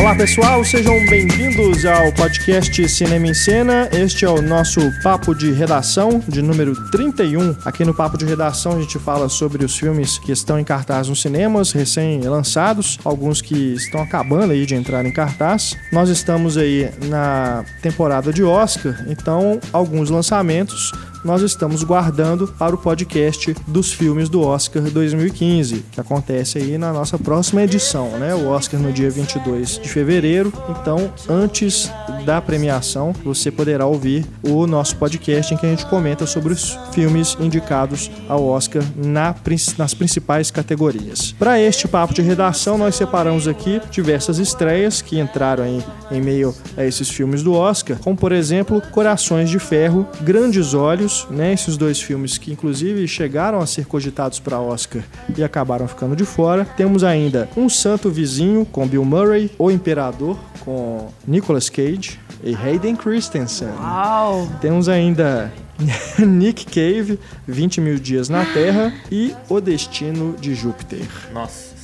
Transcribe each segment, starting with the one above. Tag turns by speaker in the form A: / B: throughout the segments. A: Olá pessoal, sejam bem-vindos ao podcast Cinema em Cena. Este é o nosso papo de redação de número 31. Aqui no papo de redação a gente fala sobre os filmes que estão em cartaz nos cinemas, recém-lançados, alguns que estão acabando aí de entrar em cartaz. Nós estamos aí na temporada de Oscar, então alguns lançamentos nós estamos guardando para o podcast dos filmes do Oscar 2015, que acontece aí na nossa próxima edição, né? O Oscar no dia 22 de fevereiro. Então, antes da premiação, você poderá ouvir o nosso podcast em que a gente comenta sobre os filmes indicados ao Oscar na, nas principais categorias. Para este papo de redação, nós separamos aqui diversas estreias que entraram em, em meio a esses filmes do Oscar, como por exemplo Corações de Ferro, Grandes Olhos. Né, esses dois filmes que inclusive chegaram a ser cogitados para Oscar e acabaram ficando de fora. Temos ainda Um Santo Vizinho com Bill Murray, O Imperador com Nicolas Cage e Hayden Christensen.
B: Uau!
A: Temos ainda Nick Cave, 20 mil dias na Terra e O Destino de Júpiter.
C: Nossa.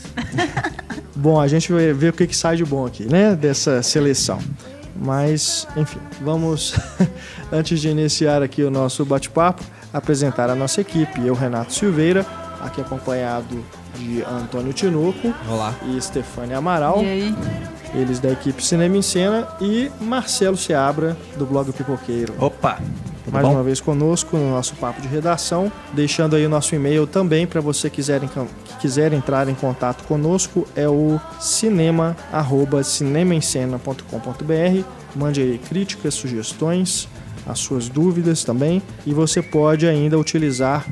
A: bom, a gente vai ver o que, que sai de bom aqui, né? Dessa seleção. Mas, enfim, vamos, antes de iniciar aqui o nosso bate-papo, apresentar a nossa equipe. Eu, Renato Silveira, aqui acompanhado de Antônio Tinoco
D: Olá.
A: e Stefania Amaral.
B: E aí?
A: Eles da equipe Cinema em Cena e Marcelo Seabra, do blog Pipoqueiro.
D: Opa!
A: Mais uma vez conosco no nosso papo de redação, deixando aí o nosso e-mail também para você quiser, que quiser entrar em contato conosco, é o cinema arroba cinemaencena.com.br. Mande aí críticas, sugestões, as suas dúvidas também, e você pode ainda utilizar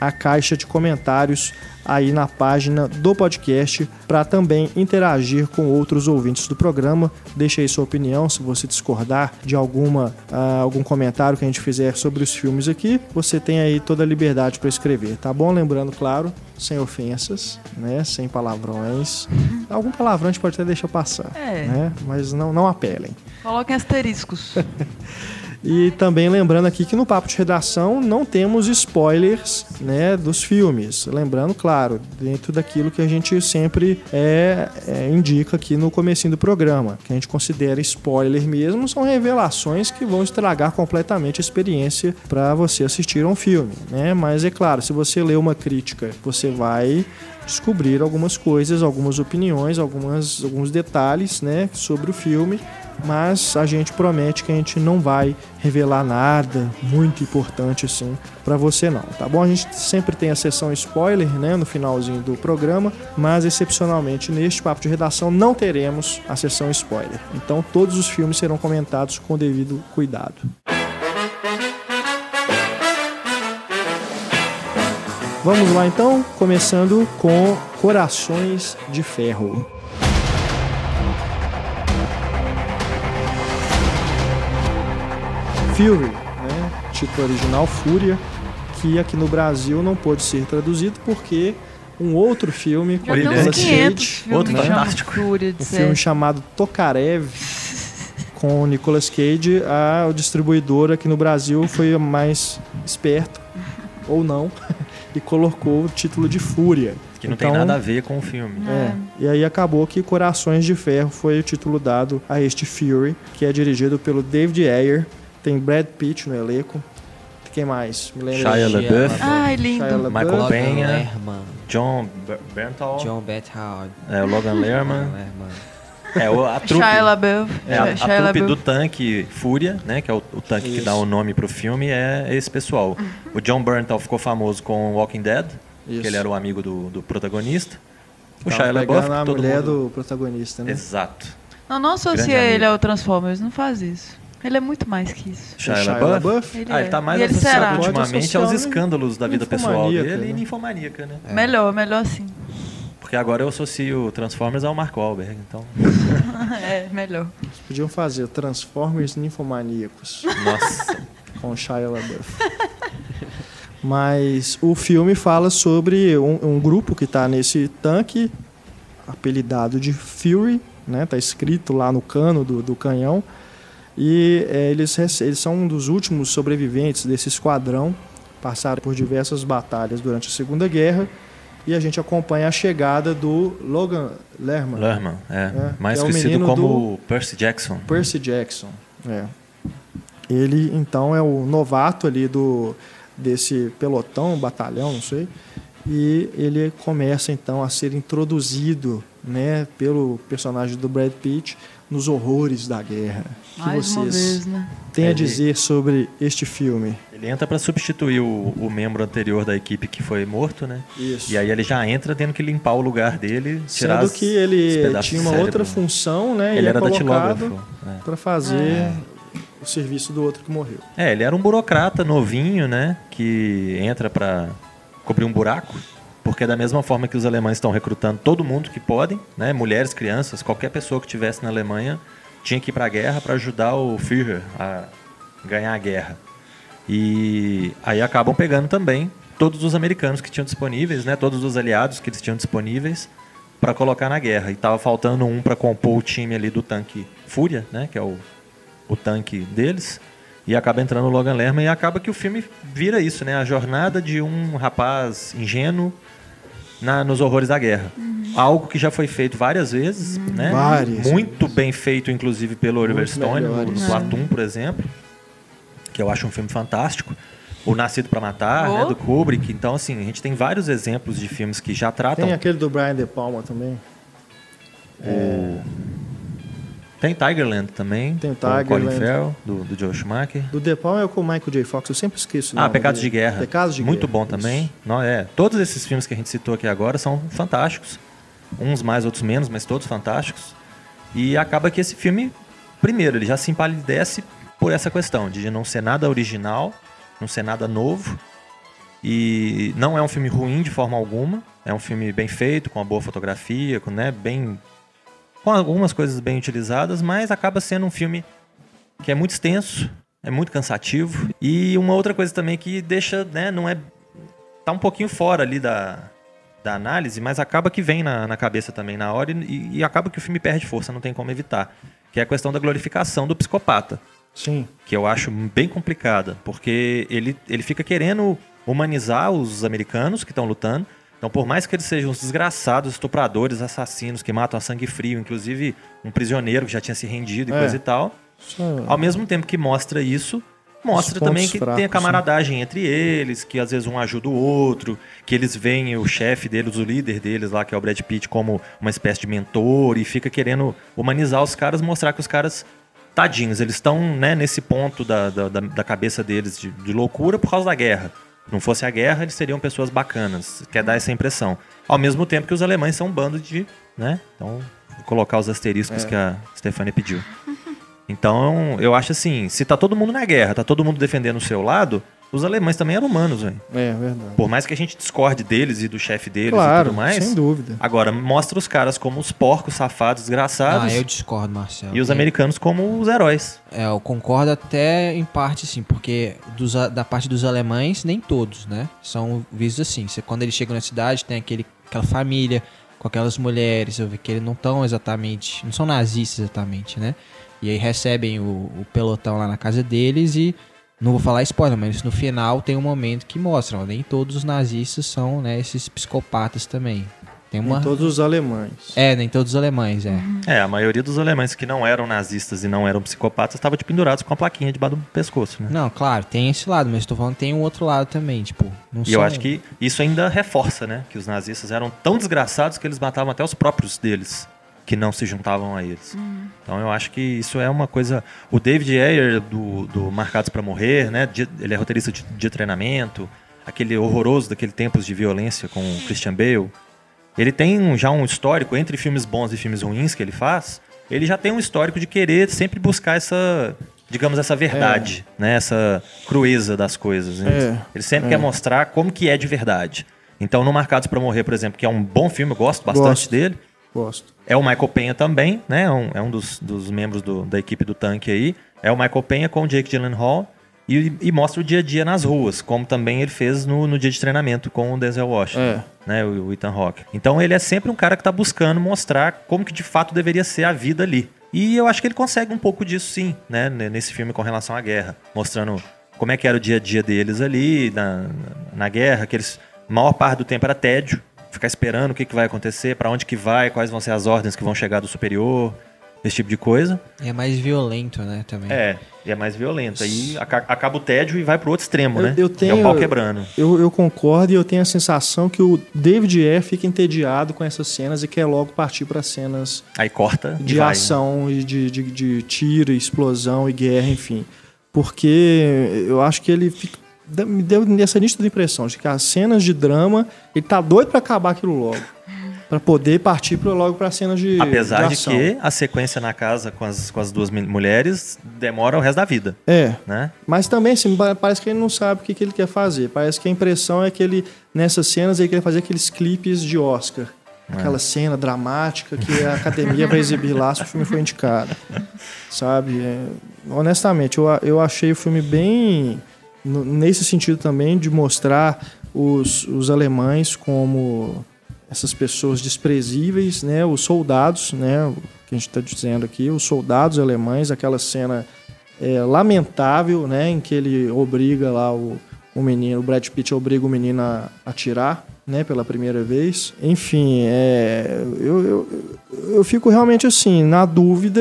A: a caixa de comentários aí na página do podcast para também interagir com outros ouvintes do programa. Deixe aí sua opinião, se você discordar de alguma ah, algum comentário que a gente fizer sobre os filmes aqui, você tem aí toda a liberdade para escrever, tá bom? Lembrando, claro, sem ofensas, né? Sem palavrões. Algum palavrão a gente pode até deixar passar,
B: É.
A: né? Mas não não apelem.
B: Coloquem asteriscos.
A: E também lembrando aqui que no papo de redação não temos spoilers né, dos filmes. Lembrando, claro, dentro daquilo que a gente sempre é, é, indica aqui no comecinho do programa. Que a gente considera spoiler mesmo, são revelações que vão estragar completamente a experiência para você assistir a um filme. Né? Mas é claro, se você lê uma crítica, você vai descobrir algumas coisas, algumas opiniões, algumas, alguns detalhes né, sobre o filme, mas a gente promete que a gente não vai revelar nada muito importante assim para você não, tá bom? A gente sempre tem a sessão spoiler, né, no finalzinho do programa, mas excepcionalmente neste papo de redação não teremos a sessão spoiler. Então todos os filmes serão comentados com o devido cuidado. Vamos lá então, começando com Corações de Ferro. Fury, né? título original Fúria, que aqui no Brasil não pôde ser traduzido porque um outro filme com
B: Já tem
A: Nicolas
B: uns
D: Brilhante.
B: 500
A: Cage,
B: filmes
D: Outro
B: que chamam
D: fantástico.
B: Fúria de
A: um filme
B: série.
A: chamado Tokarev com o Nicolas Cage, a distribuidora aqui no Brasil foi a mais esperto ou não e colocou o título de Fúria.
C: Que não tem
A: Então-
C: nada a ver com o filme.
A: É. E aí acabou que Corações de Ferro foi o título dado a este Fury, que é dirigido pelo David Ayer, tem Brad Pitt no elenco. Quem mais? Me lembra
C: Shia
A: aí.
C: LaBeouf,
B: Ai,
A: Shia
B: lindo.
A: LaBeouf,
C: Michael Bay. Penha.
D: Lerman.
C: John Ber- Bernthal,
D: John Bethard.
C: É, o Logan Lerman.
D: Lerman.
C: É o, a trupe,
B: Shia LaBeouf.
C: é, a, a
B: Shia
C: trupe do
B: LaBeouf.
C: tanque Fúria, né? Que é o, o tanque que
A: Isso.
C: dá o nome pro filme, é esse pessoal. O John Bernthal ficou famoso com Walking Dead,
A: Isso.
C: que ele era o amigo do, do protagonista. O
A: Tava
C: Shia LaBeouf,
A: pegando
C: que
A: a
C: todo
A: mulher
C: mundo...
A: do protagonista, né?
C: Exato.
B: Não, não associa
C: Grande
B: ele
C: amigo.
B: ao Transformers, não faz isso. Ele é muito mais que isso.
C: Shia
A: Shia
C: LaBeouf.
A: LaBeouf.
B: Ele
C: ah,
B: é.
C: ele tá mais
B: E ele
C: associado
B: será.
C: ultimamente
A: Social,
C: aos
A: né?
C: escândalos da vida pessoal
A: Ninfomaníaca,
C: dele e
A: né?
C: ninfomaníaca, né?
D: É.
B: Melhor, melhor sim.
C: Porque agora eu associo Transformers ao Mark Wahlberg, então...
B: é, melhor.
A: Podiam fazer Transformers Ninfomaníacos.
C: Nossa,
A: com Shia LaBeouf. Mas o filme fala sobre um, um grupo que está nesse tanque, apelidado de Fury, né? Tá escrito lá no cano do, do canhão. E eh, eles, rece- eles são um dos últimos sobreviventes desse esquadrão. Passaram por diversas batalhas durante a Segunda Guerra e a gente acompanha a chegada do Logan Lerman,
C: Lerman, é.
A: É,
C: Mais
A: que é o
C: conhecido
A: menino
C: como Percy Jackson.
A: Percy Jackson. É. Ele então é o novato ali do desse pelotão, batalhão, não sei. E ele começa então a ser introduzido, né, pelo personagem do Brad Pitt nos horrores da guerra. O que
B: Mais uma
A: vocês
B: vez, né?
A: têm a
C: Ele-
A: dizer sobre este filme?
C: Ele entra pra substituir o, o membro anterior da equipe que foi morto, né?
A: Isso.
C: E aí ele já entra tendo que limpar o lugar dele, tirar
A: Sendo
C: as-
A: que
C: os
A: ele
C: pedaços
A: tinha
C: do
A: uma
C: cérebro,
A: outra
C: né?
A: função, né?
C: Ele
A: e
C: era
A: é colocado
C: datilógrafo. né?
A: para fazer
B: É.
A: o serviço do outro que morreu.
C: É, ele era um burocrata novinho, né? Que entra pra cobrir um buraco. Porque da mesma forma que os alemães estão recrutando todo mundo que podem, né? Mulheres, crianças, qualquer pessoa que tivesse na Alemanha tinha que ir pra guerra pra ajudar o Führer a ganhar a guerra. E aí acabam pegando também todos os americanos que tinham disponíveis, né? Todos os aliados que eles tinham disponíveis pra colocar na guerra. E tava faltando um pra compor o time ali do tanque Fúria, né? Que é o o tanque deles. E acaba entrando o Logan Lerman e acaba que o filme vira isso, né? A jornada de um rapaz ingênuo na, nos horrores da guerra. Algo que já foi feito várias vezes, né?
A: Várias
C: Muito bem feito, inclusive, pelo Oliver
A: Muito
C: Stone, no
A: melhores.
C: no Platum, por exemplo. Que eu acho um filme fantástico. O Nascido para Matar, né?
B: Oh.
C: Do Kubrick. Então, assim, a gente tem vários exemplos de filmes que já
A: Tem
C: tratam...
A: aquele do Brian De Palma também.
C: o... Tem Tigerland também.
A: é. Tem o
C: com o Colin
A: Tigerland.
C: Farrell, do, do Joe Schumacher.
A: Do The Palma é o com o Michael J. Fox, eu sempre esqueço. o
C: Ah,
A: nome
C: Pecados de
A: dele.
C: Guerra.
A: né? Pecados de
C: Muito
A: Guerra.
C: bom também. Não é. Todos esses filmes que a gente citou aqui agora são fantásticos. Uns mais, outros menos, mas todos fantásticos. E acaba que esse filme, primeiro, ele já se empalidece por essa questão de não ser nada original, não ser nada novo. E não é um filme ruim de forma alguma. É um filme bem feito, com uma boa fotografia, com, né, bem com algumas coisas bem utilizadas, mas acaba sendo um filme que é muito extenso, é muito cansativo. E uma outra coisa também que deixa, né, não é. tá um pouquinho fora ali da, da análise, mas acaba que vem na, na cabeça também na hora e, e acaba que o filme perde força, não tem como evitar. Que é a questão da glorificação do psicopata
A: Sim.
C: que eu acho bem complicada, porque ele, ele fica querendo humanizar os americanos que estão lutando. Então, por mais que eles sejam os desgraçados, estupradores, assassinos que matam a sangue frio, inclusive um prisioneiro que já tinha se rendido e
A: É.
C: coisa e tal,
A: Isso é-
C: ao mesmo tempo que mostra isso,
A: Os
C: mostra
A: pontos
C: também que
A: fracos,
C: tem a camaradagem entre eles, que às vezes um ajuda o outro, que eles veem o chefe deles, o líder deles lá, que é o Brad Pitt, como uma espécie de mentor e fica querendo humanizar os caras, mostrar que os caras, tadinhos, eles estão né, nesse ponto da, da, da- da cabeça deles de, de loucura por causa da guerra. Não fosse a guerra, eles seriam pessoas bacanas. Quer dar essa impressão. Ao mesmo tempo que os alemães são um bando de. né? Então, vou colocar os asteriscos
A: É.
C: que a Stefania pediu. Então, eu acho assim, se tá todo mundo na guerra, tá todo mundo defendendo o seu lado, os alemães também eram humanos, velho.
A: É, verdade.
C: Por mais que a gente discorde deles e do chefe deles e
A: claro,
C: tudo mais.
A: sem dúvida.
C: Agora, mostra os caras como os porcos, safados, desgraçados.
D: Ah, eu discordo, Marcelo.
C: E os
D: É,
C: americanos como os heróis.
D: É, eu concordo até em parte, sim, porque dos a- da parte dos alemães, nem todos, né? São vistos assim. Você, quando eles chegam na cidade, tem aquele, aquela família com aquelas mulheres, eu vi que eles não estão exatamente, não são nazistas exatamente, né? E aí recebem o, o pelotão lá na casa deles e, não vou falar spoiler, mas no final tem um momento que mostra, ó, nem todos os nazistas são, né, esses psicopatas também. Tem uma...
A: Em todos os alemães.
D: É, nem todos os alemães, é.
C: É, a maioria dos alemães que não eram nazistas e não eram psicopatas estavam de pendurados com a plaquinha debaixo do pescoço, né?
D: Não, claro, tem esse lado, mas tô falando tem um outro lado também, tipo, não
C: E eu
D: são-
C: acho que isso ainda reforça, né? Que os nazistas eram tão desgraçados que eles matavam até os próprios deles, que não se juntavam a eles. Então eu acho que isso é uma coisa. O David Ayer, do, do Marcados para Morrer, né? de- ele é roteirista de, de treinamento, aquele horroroso daquele Tempos de Violência com o Christian Bale. Ele tem um- já um histórico entre filmes bons e filmes ruins que ele faz. Ele já tem um histórico de querer sempre buscar essa, digamos, essa verdade, né? Essa crueza das coisas. né?
A: É.
C: Ele sempre quer mostrar como que é de verdade. Então, no Marcados para Morrer, por exemplo, que é um bom filme, eu gosto bastante
A: Gosto.
C: dele.
A: Gosto.
C: É o Michael Penha também, né? É um, é um dos, dos membros do- da equipe do tanque aí. É o Michael Penha com o Jake Gyllenhaal e, e mostra o dia a dia nas ruas, como também ele fez no, no dia de treinamento com o Denzel Washington,
A: É.
C: né? O, o Ethan Hawke. Então ele é sempre um cara que tá buscando mostrar como que de fato deveria ser a vida ali. E eu acho que ele consegue um pouco disso sim, né? n- Nesse filme com relação à guerra, mostrando como é que era o dia a dia deles ali na, na guerra, que eles a maior parte do tempo era tédio, ficar esperando o que, que vai acontecer, pra onde que vai, quais vão ser as ordens que vão chegar do superior, esse tipo de coisa.
D: É mais violento, né, também.
C: É, e é mais violento. Aí aca- acaba o tédio e vai pro outro extremo,
A: Eu-
C: né?
A: eu
C: Que é
A: tenho-
C: o pau quebrando.
A: Eu, eu concordo e eu tenho a sensação que o David Ayer fica entediado com essas cenas e quer logo partir para cenas
C: Aí corta e
A: de
C: vai, né?
A: ação, e de, de, de tiro, explosão e guerra, enfim. Porque eu acho que ele fica- dá- me deu essa nítida impressão de que as cenas de drama, ele tá doido pra acabar aquilo logo. pra poder partir pro, logo pra cenas de.
C: Apesar de
A: ação.
C: que a sequência na casa com as, com as duas mil- mulheres demora o resto da vida,
A: É.
C: né?
A: Mas também, assim, pa- parece que ele não sabe o que, que ele quer fazer. Parece que a impressão é que ele, nessas cenas, ele quer fazer aqueles clipes de Oscar. Aquela cena dramática que a academia vai exibir lá se o filme foi indicado. Sabe? É, honestamente, eu, a- eu achei o filme bem. no- nesse sentido também, de mostrar os, os alemães como essas pessoas desprezíveis, né? Os soldados, né? O que a gente está dizendo aqui, os soldados alemães, aquela cena é, lamentável, né? Em que ele obriga lá o, o menino, o Brad Pitt obriga o menino a atirar, né? Pela primeira vez. Enfim, é, eu, eu, eu fico realmente assim, na dúvida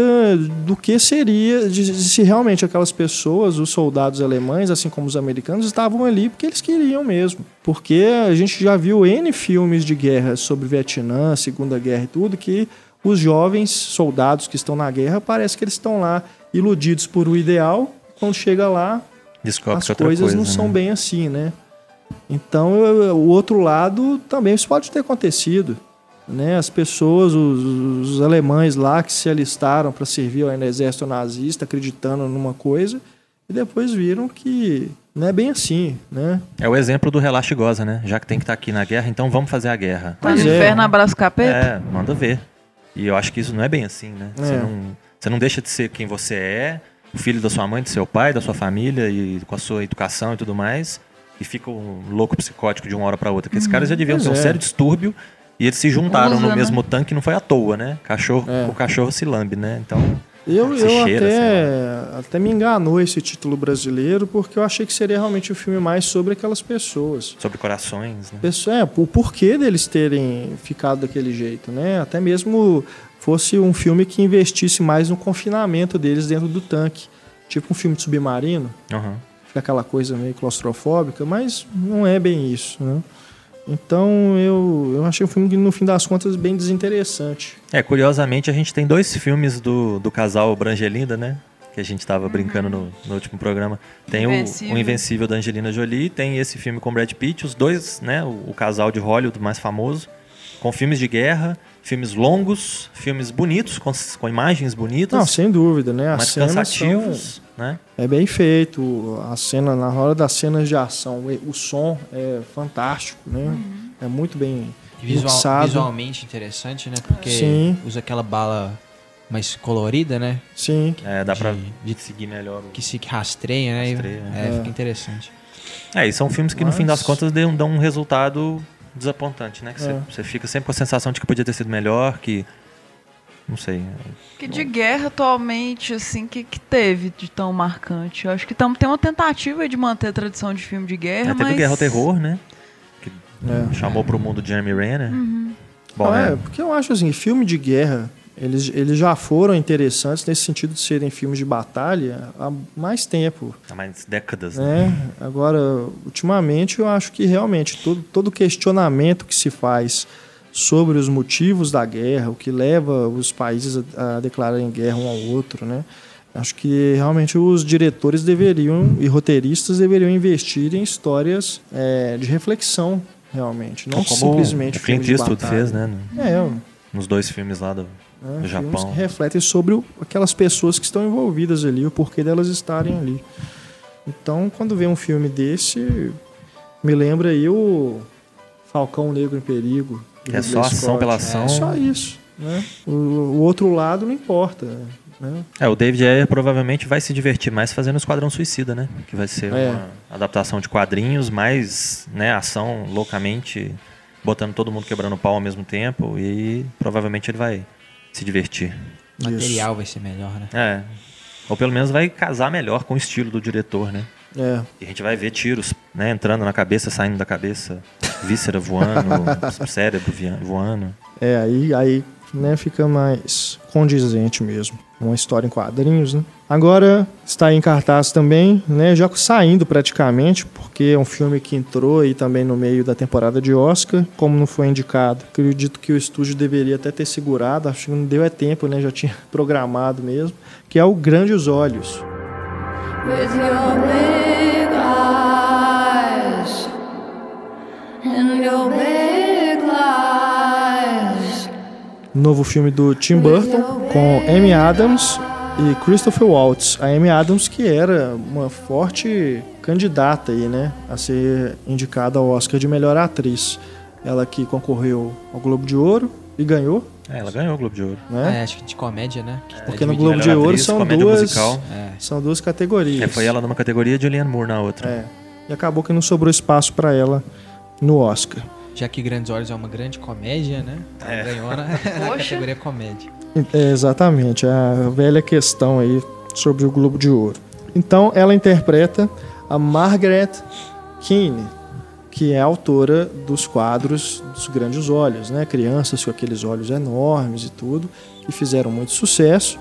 A: do que seria, de, de se realmente aquelas pessoas, os soldados alemães, assim como os americanos, estavam ali porque eles queriam mesmo. Porque a gente já viu N filmes de guerra sobre Vietnã, Segunda Guerra e tudo, que os jovens soldados que estão na guerra parece que eles estão lá iludidos por o ideal. Quando chega lá,
C: Descobre
A: as
C: que é outra
A: coisas
C: coisa,
A: não
C: né?
A: são bem assim, né? Então, eu- eu- o outro lado também, isso pode ter acontecido. Né? As pessoas, os, os alemães lá que se alistaram para servir lá no exército nazista, acreditando numa coisa, e depois viram que não é bem assim, né?
C: É o exemplo do relaxa e goza, né? Já que tem que estar aqui na guerra, então vamos fazer a guerra.
B: Tá no
A: Pois é.
B: inferno, abraça o capeta.
C: É, manda ver. E eu acho que isso não é bem assim, né? Você,
A: É.
C: não, você não deixa de ser quem você é, o filho da sua mãe, do seu pai, da sua família, e com a sua educação e tudo mais, e fica um louco psicótico de uma hora pra outra. Porque esses caras já deviam
A: Pois
C: ter um
A: é.
C: sério distúrbio e eles se juntaram
B: Usa,
C: no
B: né?
C: mesmo tanque, não foi à toa, né? Cachorro,
A: É.
C: O cachorro se lambe, né? Então,
A: Eu,
C: Se
A: eu
C: cheira,
A: até, até me enganou esse título brasileiro, porque eu achei que seria realmente um filme mais sobre aquelas pessoas.
C: sobre corações, né?
A: Pessoa- É, o porquê deles terem ficado daquele jeito, né? Até mesmo fosse um filme que investisse mais no confinamento deles dentro do tanque. Tipo um filme de submarino,
C: Aham.
A: fica aquela coisa meio claustrofóbica, mas não é bem isso, né? Então eu, eu achei um filme que, no fim das contas, bem desinteressante.
C: É, curiosamente, a gente tem dois filmes do, do casal Brangelinda, né? Que a gente tava brincando no, no último programa. Tem o-
B: Invencível.
C: O, Invencível da Angelina Jolie, e tem esse filme com Brad Pitt, os dois, né? O, o casal de Hollywood mais famoso, com filmes de guerra, filmes longos, filmes bonitos, com, com imagens bonitas,
A: Não, sem dúvida, né? As
C: Então
A: cenas
C: mas
A: são-
C: cansativos, né?
A: É bem feito. A cena, na hora das cenas de ação, o o som é fantástico, né? É muito bem
D: Visual-
A: mixado.
D: visualmente interessante, né? Porque
A: Sim.
D: usa aquela bala mais colorida, né?
A: Sim.
C: É, dá pra
D: De- de-
C: seguir melhor. o-
D: Que se rastreia, né?
C: Rastreia.
D: É, fica interessante.
C: É, e são filmes que no fim
A: Mas-
C: das contas dão, dão um resultado desapontante, né? Que você
A: É.
C: você fica sempre com a sensação de que podia ter sido melhor, que. Não sei.
B: Que de guerra atualmente, assim, que, que teve de tão marcante? Eu acho que tam, tem uma tentativa de manter a tradição de filme de guerra,
C: É, teve
B: mas...
C: o Guerra ao Terror, né? Que
A: É.
C: chamou pro mundo Jeremy Renner.
B: Hum. Uhum.
C: Bom,
A: Não, é,
C: né?
A: porque eu acho assim, filme de guerra, eles, eles já foram interessantes nesse sentido de serem filmes de batalha há mais tempo,
C: Há tá mais décadas, né?
A: né? Agora, ultimamente, eu acho que realmente todo, todo questionamento que se faz sobre os motivos da guerra, o que leva os países a, a declararem guerra um ao outro, né? Acho que realmente os diretores deveriam e roteiristas deveriam investir em histórias eh, de reflexão, realmente, não
C: É Como
A: simplesmente
C: o Clint
A: filme de
C: Eastwood
A: batalha.
C: fez, né? no-
A: É, eu-
C: Nos dois filmes lá do,
A: né?
C: do
A: Filmes
C: Japão.
A: que refletem sobre o- aquelas pessoas que estão envolvidas ali, o porquê delas estarem ali. Então, quando vê um filme desse, me lembra aí o Falcão Negro em Perigo. do
C: É
A: Ridley
C: só ação
A: Scott.
C: pela
A: É
C: ação.
A: só isso. Né? O, o outro lado não importa. Né?
C: É, o David Ayer provavelmente vai se divertir mais fazendo Esquadrão Suicida, né? Que vai ser
A: É.
C: uma adaptação de quadrinhos, mais né, ação loucamente, botando todo mundo quebrando pau ao mesmo tempo. E provavelmente ele vai se divertir.
D: O material vai ser melhor, né?
C: É. Ou pelo menos vai casar melhor com o estilo do diretor, né?
A: É.
C: E a gente vai ver tiros, né? Entrando na cabeça, saindo da cabeça. víscera voando, cérebro via- voando.
A: É, aí, aí né, fica mais condizente mesmo. Uma história em quadrinhos, né? Agora está em cartaz também, né? Já saindo praticamente, porque é um filme que entrou aí também no meio da temporada de Oscar, como não foi indicado. Acredito que o estúdio deveria até ter segurado, acho que não deu é tempo, né? Já tinha programado mesmo, que é o Grandes Olhos.
E: with your big eyes and your big lies.
A: Novo filme do Tim Burton com Amy Adams e Christopher Waltz. A Amy Adams que era uma forte candidata aí, né, a ser indicada ao Oscar de melhor atriz. Ela que concorreu ao Globo de Ouro e ganhou,
C: É, ela ganhou o Globo de Ouro.
A: né?
D: É, acho que de comédia, né? Que tá
A: É, Porque no
D: dividindo.
A: Globo de
C: Melhor
A: Ouro
C: atriz,
A: são
C: comédia
A: duas,
C: musical.
D: É.
A: são duas categorias.
C: É, foi ela numa categoria e Julianne Moore na outra.
A: É. E acabou que não sobrou espaço para ela no Oscar.
D: Já que Grandes Olhos é uma grande comédia, né? Ela
C: É.
D: ganhou na, na
B: Poxa.
D: categoria comédia.
A: É, exatamente, a velha questão aí sobre o Globo de Ouro. Então, ela interpreta a Margaret Keane, que é a autora dos quadros dos Grandes Olhos, né? Crianças com aqueles olhos enormes e tudo, que fizeram muito sucesso.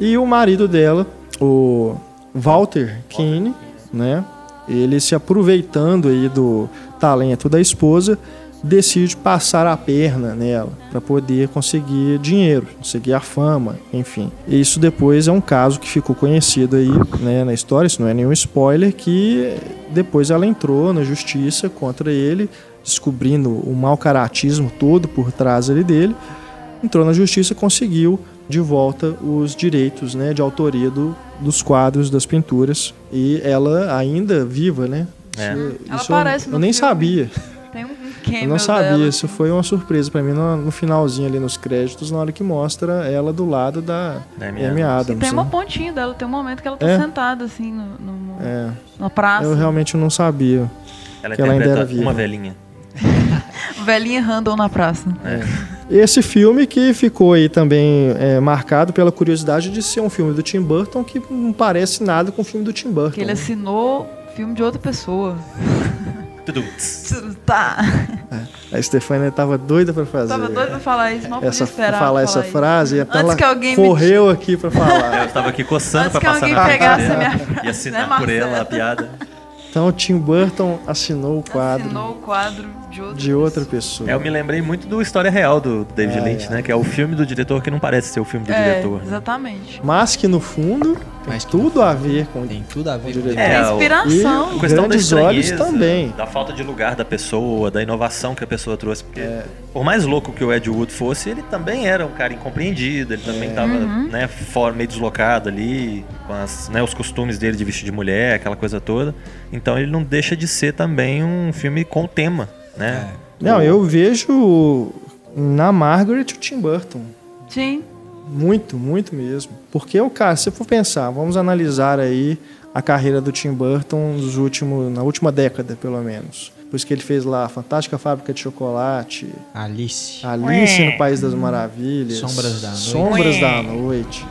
A: E o marido dela, o Walter Keane, né? Ele se aproveitando aí do talento da esposa, decide passar a perna nela para poder conseguir dinheiro, conseguir a fama, enfim. E isso depois é um caso que ficou conhecido aí né, na história, isso não é nenhum spoiler, que depois ela entrou na justiça contra ele, descobrindo o mau caratismo todo por trás ali dele entrou na justiça e conseguiu de volta os direitos né, de autoria do- dos quadros, das pinturas. E ela ainda viva, né?
C: É.
B: Ela
A: eu-
B: aparece
A: eu,
B: no
A: nem
B: filme.
A: sabia.
B: Tem um
A: Eu
B: cameo
A: não sabia.
B: dela.
A: Isso foi uma surpresa pra mim no, no finalzinho ali nos créditos, na hora que mostra ela do lado da
C: Da Amy
A: Amy
B: E
A: Adams.
B: tem uma
A: né?
B: pontinha dela, tem um momento que ela tá
A: É?
B: sentada, assim, no, no-
A: É,
B: numa praça.
A: eu realmente não sabia.
C: Ela
A: Que ela ainda
C: interpreta
A: era viva.
C: uma velhinha.
B: Velhinha random na praça.
A: É, Esse filme que ficou aí também é, marcado pela curiosidade de ser um filme do Tim Burton que não parece nada com o filme do Tim Burton.
B: Que ele
A: né?
B: assinou filme de outra pessoa.
C: Tudo.
B: Tá.
A: A Stefania tava doida pra fazer.
B: é Tava doido pra falar isso, mal
A: é. essa,
B: podia esperar.
A: falar essa
B: isso.
A: frase e até
B: Antes
A: ela
B: que alguém me
A: correu aqui pra falar.
C: Eu estava aqui coçando
B: Antes
C: pra
B: que
C: passar
B: alguém
C: na frente
B: pegasse a
C: dela
B: minha frase,
C: e assinar
B: né,
C: por ela a
B: Marcelo?
C: piada.
A: então o Tim Burton assinou o quadro
B: Assinou o quadro de outra
A: de outra
B: pessoa.
A: pessoa.
C: É, eu me lembrei muito do História Real do David
A: Ah,
C: Lynch,
A: é.
C: né? Que é o filme do diretor que não parece ser o filme do
B: É,
C: diretor. né?
B: exatamente.
A: Mas que no fundo tem
D: Mas que no
A: tudo a ver com
D: Tem tudo a ver
A: O
D: com o
A: diretor.
B: É,
C: É,
B: a
C: o-
B: inspiração.
A: E-
C: A questão da
A: Grandes olhos
C: estranheza,
A: também.
C: Da falta de lugar da pessoa, da inovação que a pessoa trouxe. Porque,
A: É.
C: por mais louco que o Ed Wood fosse, ele também era um cara incompreendido, ele
A: É.
C: também estava né, fora, meio deslocado ali, com as, né, os costumes dele de vestir de mulher, aquela coisa toda. Então ele não deixa de ser também um filme com tema, né?
A: Não, eu vejo na Margaret o Tim Burton.
B: Sim.
A: Muito, muito mesmo. Porque o cara, se você for pensar, vamos analisar aí a carreira do Tim Burton nos últimos, na última década, pelo menos. Por isso que ele fez lá a Fantástica Fábrica de Chocolate,
D: Alice.
A: Ah, Alice no País das Maravilhas.
D: Sombras da Noite.
A: Sombras da Noite.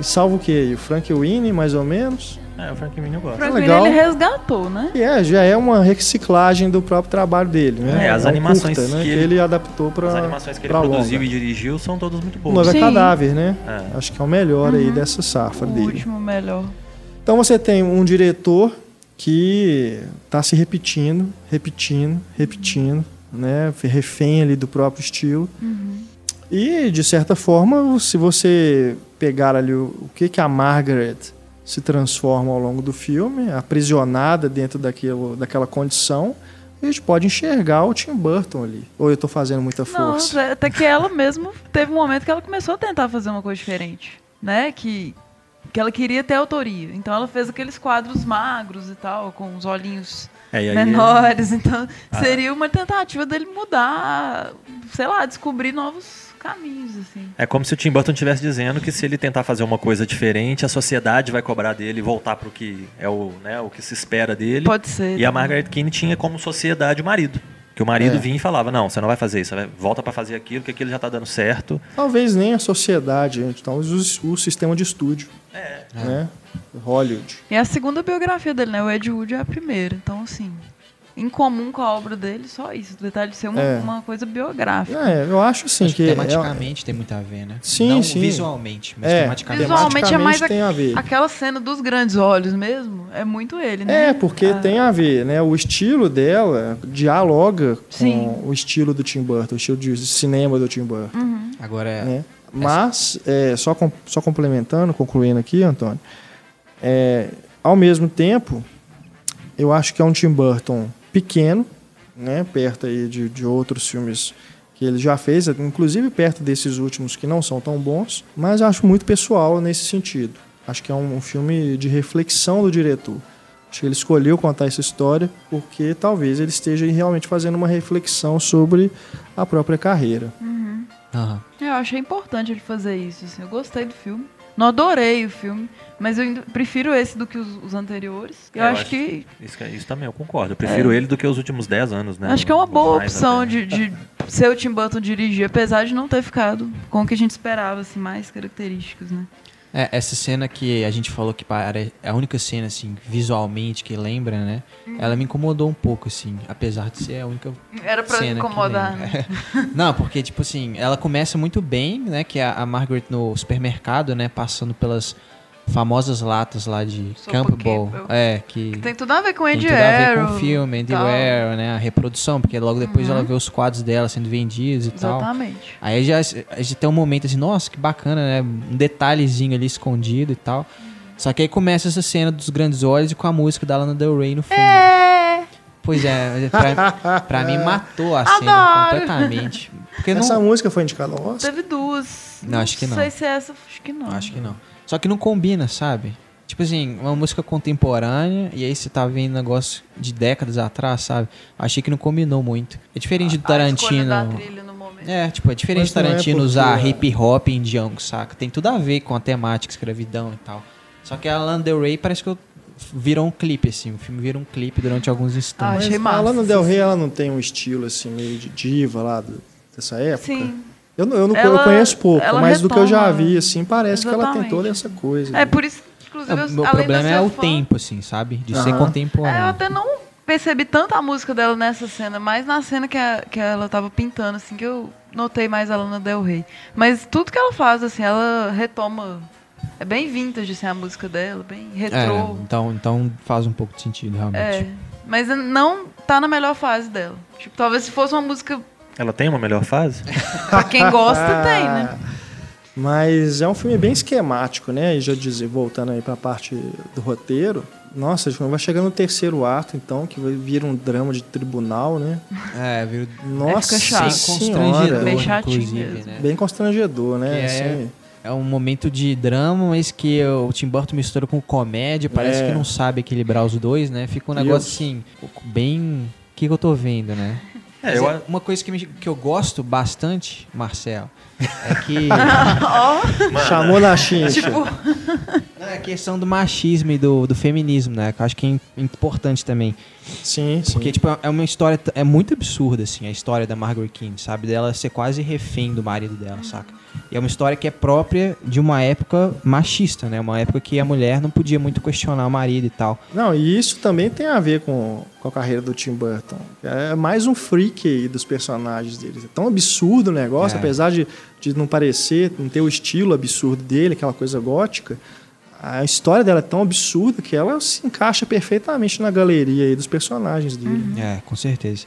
A: E salvo o quê? E O Frank Winnie, mais ou menos?
C: É, o Frank Mini eu gosto.
B: Frank
A: Tá legal.
B: Miller, ele resgatou, né?
A: E é, já é uma reciclagem do próprio trabalho dele, né?
C: É, as
A: um
C: animações
A: curta, né?
C: que
A: que
C: ele-
A: ele adaptou pra
C: As animações que ele
A: pra
C: produziu
A: longa.
C: e dirigiu são todas muito
A: O
C: boas.
A: Noiva é
B: Sim. Uhum.
A: Cadáver, né?
C: É.
A: Acho que é o melhor aí dessa safra
B: O
A: dele.
B: último melhor.
A: Então você tem um diretor que está se repetindo, repetindo, repetindo, né? Refém ali do próprio estilo. E, de certa forma, se você pegar ali o, o que, que a Margaret se transforma ao longo do filme, aprisionada dentro daquilo, daquela condição, a gente pode enxergar o Tim Burton ali. Ou eu estou fazendo muita
B: Não, é.
A: força.
B: até que ela mesmo teve um momento que ela começou a tentar fazer uma coisa diferente, né? Que, que ela queria ter autoria. Então ela fez aqueles quadros magros e tal, com os olhinhos
C: É, Ah. e aí-
B: menores. Então seria uma tentativa dele mudar, sei lá, descobrir novos caminhos, assim.
C: É como se o Tim Burton estivesse dizendo que se ele tentar fazer uma coisa diferente, a sociedade vai cobrar dele voltar pro que é o, né, o que se espera dele.
B: Pode ser.
C: E a Margaret Keane tinha como sociedade o marido. Que o marido
A: É.
C: vinha e falava, não, você não vai fazer isso, vai- volta pra fazer aquilo, que aquilo já tá dando certo.
A: Talvez nem a sociedade, gente. Talvez o, o sistema de estúdio. Né? Hollywood.
B: É a segunda biografia dele, né? O Ed Wood é a primeira. Então, assim, em comum com a obra dele, só isso. O detalhe de ser uma,
A: É.
B: uma coisa biográfica.
A: É, eu acho sim
D: Acho
A: que.
D: que
A: é-
D: tematicamente tem muito a ver, né?
A: Sim,
D: Não
A: sim.
D: visualmente, mas
A: É.
D: tematicamente.
B: Visual- Visualmente é mais a-
A: tem a ver.
B: Aquela cena dos grandes olhos mesmo, é muito ele, né?
A: É, porque
B: Ah,
A: tem a ver, né? O estilo dela dialoga com
B: Sim.
A: o estilo do Tim Burton, o estilo de cinema do Tim Burton.
D: Agora é.
A: né? Mas, é, só, com- só complementando, concluindo aqui, Antônio, é, ao mesmo tempo, eu acho que é um Tim Burton pequeno, né, perto aí de, de outros filmes que ele já fez, inclusive perto desses últimos que não são tão bons, mas eu acho muito pessoal nesse sentido. Acho que é um, um filme de reflexão do diretor. Acho que ele escolheu contar essa história porque talvez ele esteja realmente fazendo uma reflexão sobre a própria carreira.
D: Aham.
B: Eu achei importante ele fazer isso, assim. Eu gostei do filme. Não adorei o filme, mas eu ainda prefiro esse do que os, os anteriores. Eu,
C: É, eu
B: acho,
C: acho-
B: que
C: Isso, que- isso também, eu concordo. Eu prefiro ele do que os últimos 10 anos, né?
B: acho que é uma
C: Ou
B: boa
C: mais
B: opção
C: até.
B: de, de ser o Tim Burton dirigir, apesar de não ter ficado com o que a gente esperava, assim, mais característicos, né?
D: É, essa cena que a gente falou que pare- é a única cena, assim, visualmente que lembra, né?
B: Uhum.
D: Ela me incomodou um pouco, assim, apesar de ser a única
B: Era pra
D: cena que
B: incomodar.
D: lembra.
B: né?
D: Não, porque, tipo assim, ela começa muito bem, né? Que é a Margaret no supermercado, né? Passando pelas famosas latas lá de
B: Sopa
D: Campbell.
B: Campbell.
D: É, que
B: Tem tudo a ver com
D: tem
B: Andy
D: tudo a ver com
B: Arrow.
D: o filme, Andy
B: tal. Uhum.
D: Warhol, né? A reprodução, porque logo depois ela vê os quadros dela sendo vendidos e tal.
B: Exatamente.
D: Aí já, já tem um momento assim, nossa, que bacana, né? Um detalhezinho ali escondido e tal. Só que aí começa essa cena dos grandes olhos e com a música da Lana Del Rey no fundo.
B: É,
D: Pois é, pra, pra mim matou a cena
B: Adoro.
D: completamente. Porque
A: Essa
D: não,
A: música foi indicada ao Oscar?
B: teve duas.
D: Não, acho que não.
B: sei se é essa, acho que não.
D: Acho que não. Só que não combina, sabe? Tipo assim, uma música contemporânea e aí você tá vendo negócio de décadas atrás, sabe? Achei que não combinou muito. É diferente
B: A
D: do
B: escolha
D: Tarantino.
B: Ah, é da trilha no momento.
D: É, tipo, é diferente
A: Mas
D: do
A: não é
D: Tarantino
A: porque-
D: usar hip hop em Django, saca? Tem tudo a ver com a temática, escravidão e tal. Só que a Lana Del Rey parece que eu- virou um clipe, assim. O filme virou um clipe durante alguns
B: Ah,
D: instantes.
A: Mas
B: achei massa,
A: A Lana
B: sim,
A: Del
B: sim.
A: Rey, ela não tem um estilo assim, meio de diva lá do- dessa época?
B: Sim.
A: Eu, não- eu, não,
B: Ela-
A: eu conheço pouco,
B: ela
A: mas do que eu já
B: retoma.
A: vi, assim, parece que ela tem
B: Exatamente.
A: toda essa coisa.
B: É
A: né?
B: por isso, inclusive, eu,
D: o meu
B: além
D: problema
B: de eu
D: é
B: ser
D: o
B: fã-
D: tempo, né? assim, sabe? De ser
A: Aham.
B: É, eu
D: contemporâneo.
B: até não percebi tanto a música dela nessa cena, mas na cena que, a- que ela tava pintando, assim, que eu notei mais a Lana Del Rey. Mas tudo que ela faz, assim, ela retoma. É bem vintage, assim, a música dela, bem retrô.
D: É, então, então faz um pouco de sentido, realmente.
B: É. Mas não tá na melhor fase dela. Tipo, talvez se fosse uma música
C: Ela tem uma melhor fase?
B: pra quem gosta,
A: Ah,
B: tem, né?
A: Mas é um filme bem esquemático, né? E já dizer, voltando aí pra parte do roteiro. Nossa, tipo, vai chegando no terceiro ato, então, que vai vir um drama de tribunal, né?
D: É, virou
A: Nossa
B: chato.
A: senhora.
B: Bem
A: Bem,
B: chatinho
D: inclusive,
B: mesmo.
D: né?
A: constrangedor, né?
D: Que é-
A: Assim,
D: É um momento de drama, mas que o Tim Burton mistura com comédia, parece
A: É.
D: que não sabe equilibrar os dois, né? Fica um negócio
A: Isso.
D: assim, bem... O que, que eu tô vendo, né?
C: É, eu, a-
D: Uma coisa que, me- que eu gosto bastante, Marcelo, é que
B: Ó,
A: Chamou na China.
B: tipo,
D: é a questão do machismo e do, do feminismo, né? Que eu acho que é im- importante também.
A: sim, sim.
D: Porque, tipo, é uma história... t- É muito absurda, assim, a história da Margaret King, sabe? Dela ser quase refém do marido dela, saca? E é uma história que é própria de uma época machista, né? Uma época que a mulher não podia muito questionar o marido e tal.
A: Não, e isso também tem a ver com, com a carreira do Tim Burton. É mais um freak aí dos personagens deles. É tão absurdo o negócio,
D: É.
A: apesar de, de não parecer, não ter o estilo absurdo dele, aquela coisa gótica. A história dela é tão absurda que ela se encaixa perfeitamente na galeria aí dos personagens dele.
B: Uhum.
D: É, com certeza.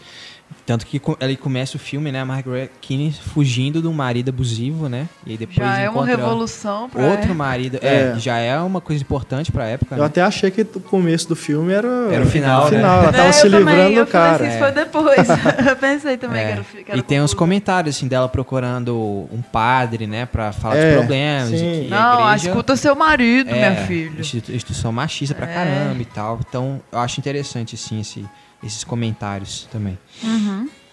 D: Tanto que co- ela começa o filme, né? A Margaret Kinney fugindo de um marido abusivo, né? E aí depois
B: já é uma
D: encontra
B: revolução pra
D: outro marido. É,
A: É.
D: já é uma coisa importante pra época,
A: Eu
D: né?
A: até achei que o começo do filme era,
D: Era o final, né?
A: Ela tava
B: É,
A: se
B: eu também,
A: livrando
B: eu
A: do
B: falei
A: cara.
B: assim, isso foi depois. eu pensei também
D: É.
B: que era o fi- que era
D: e tem uns
B: conclusão.
D: comentários, assim, dela procurando um padre, né? Pra falar
A: É,
D: dos problemas. e
A: sim.
D: que
B: Não, ah,
D: a igreja...
B: escuta seu marido,
D: é,
B: minha filha.
D: institu- Instituição machista pra
B: É.
D: caramba e tal. Então, eu acho interessante, assim, esse- esses comentários também.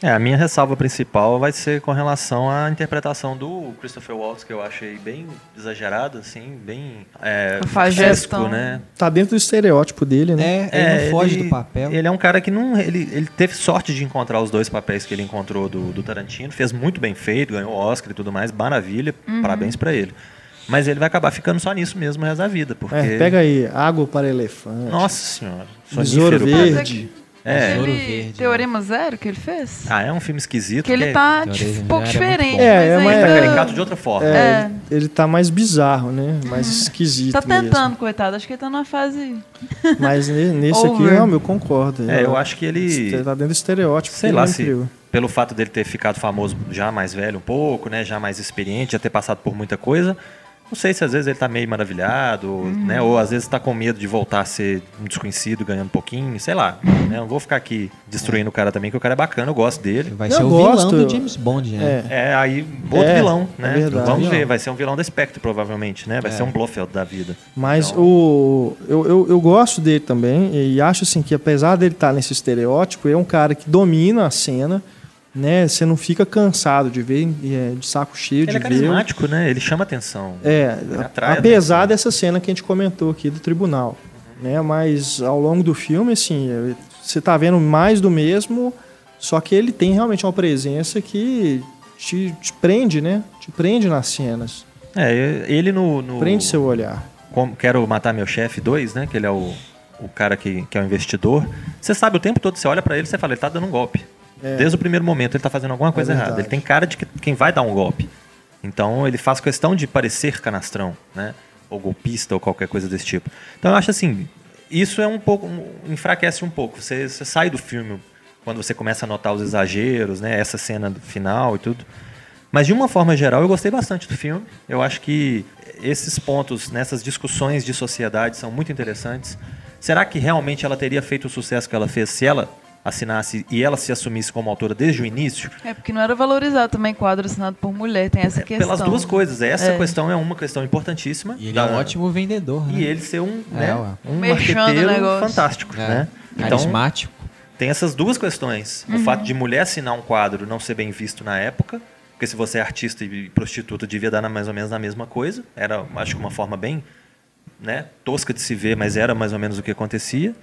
C: É, a minha ressalva principal vai ser com relação à interpretação do Christopher Waltz, que eu achei bem exagerado, assim, bem... É,
B: Cafajestão.
C: grotesco, né?
A: Tá dentro do estereótipo dele, né?
D: É, ele não foge do papel.
C: Ele é um cara que não. Ele, ele teve sorte de encontrar os dois papéis que ele encontrou do, do Tarantino, fez muito bem feito, ganhou Oscar e tudo mais, maravilha,
B: Uhum.
C: parabéns pra ele. Mas ele vai acabar ficando só nisso mesmo
D: É,
C: o resto da vida, porque.
A: É, pega aí, água para elefante.
C: Nossa senhora.
A: Besouro
C: sonífero pra-
A: verde.
C: É.
D: Tesouro
B: Aquele
D: Verde, né?
B: Teorema Zero que ele fez?
C: Ah, é um filme esquisito.
B: que ele
C: porque
B: tá
D: Teorema
B: tipo,
D: Zero
B: um pouco
D: é muito
B: diferente,
D: bom.
A: É,
B: mas
A: mas-
C: Tá
A: É.
B: ainda...
C: caricato de outra forma.
A: É,
B: É.
A: Ele, ele tá mais bizarro, né? Mais esquisito
B: Tá tentando,
A: mesmo.
B: coitado. Acho que ele tá numa fase...
A: Mas ne- nesse aqui,
B: Over.
A: não, eu concordo.
C: É, eu acho que ele.
A: Ele tá dentro do estereótipo.
C: Sei
A: que
C: lá
A: ele é não
C: se
A: criou.
C: pelo fato dele ter ficado famoso já mais velho um pouco, né, já mais experiente, já ter passado por muita coisa, não sei se às vezes ele tá meio maravilhado,
A: Uhum.
C: né, ou às vezes tá com medo de voltar a ser um desconhecido, ganhando um pouquinho, sei lá. Né, não vou ficar aqui destruindo o cara também, que o cara é bacana, eu gosto dele.
D: Vai
A: Eu
D: ser o vilão
A: gosto.
D: do James Bond, né?
A: É.
C: É, aí outro
A: É,
C: vilão,
A: é
C: né?
A: verdade.
C: Vamos ver,
A: Vilão.
C: vai ser um vilão do espectro, provavelmente, né? Vai
D: É.
C: ser um Blofeld da vida.
A: Mas
C: Então-
A: o, eu, eu, eu gosto dele também e acho assim que apesar dele estar nesse estereótipo, ele é um cara que domina a cena, né? Você não fica cansado de ver, e é de saco cheio
C: Ele é
A: de ver.
C: carismático, né? Ele chama atenção.
A: É,
C: atrai a
A: apesar
C: atenção.
A: dessa cena que a gente comentou aqui do tribunal, né? Mas ao longo do filme, assim, é, você tá vendo mais do mesmo, só que ele tem realmente uma presença que te, te prende, né? Te prende nas cenas,
C: É, ele no, no-
A: prende seu olhar.
C: como Quero Matar Meu Chefe 2, né? Que ele é o, o cara que, que é o investidor. Você sabe o tempo todo, você olha pra ele e você fala, ele tá dando um golpe. Desde o primeiro momento ele tá fazendo alguma coisa
A: verdade.
C: errada. Ele tem cara de que- quem vai dar um golpe. Então ele faz questão de parecer canastrão, né? Ou golpista ou qualquer coisa desse tipo. Então eu acho assim, isso é um pouco. um- enfraquece um pouco. Você, você sai do filme quando você começa a notar os exageros, né? Essa cena do final e tudo. Mas de uma forma geral, eu gostei bastante do filme. Eu acho que esses pontos, nessas discussões de sociedade, são muito interessantes. Será que realmente ela teria feito o sucesso que ela fez se ela assinasse e ela se assumisse como autora desde o início?
B: É, porque não era valorizado também quadro assinado por mulher, tem essa questão.
C: É, Pelas duas coisas. Essa
B: É.
C: questão é uma questão importantíssima.
D: E ele é
C: Da-
D: um ótimo vendedor, né?
C: E ele ser um,
D: É,
C: né,
D: ué.
C: um
B: Merchan do
C: marqueteiro
B: negócio.
C: fantástico,
D: É,
C: né? Então,
D: Carismático.
C: tem essas duas questões.
B: Uhum.
C: O fato de mulher assinar um quadro não ser bem visto na época, porque se você é artista e prostituta, devia dar na- mais ou menos na mesma coisa. Era, acho que uma forma bem né, tosca de se ver, mas era mais ou menos o que acontecia.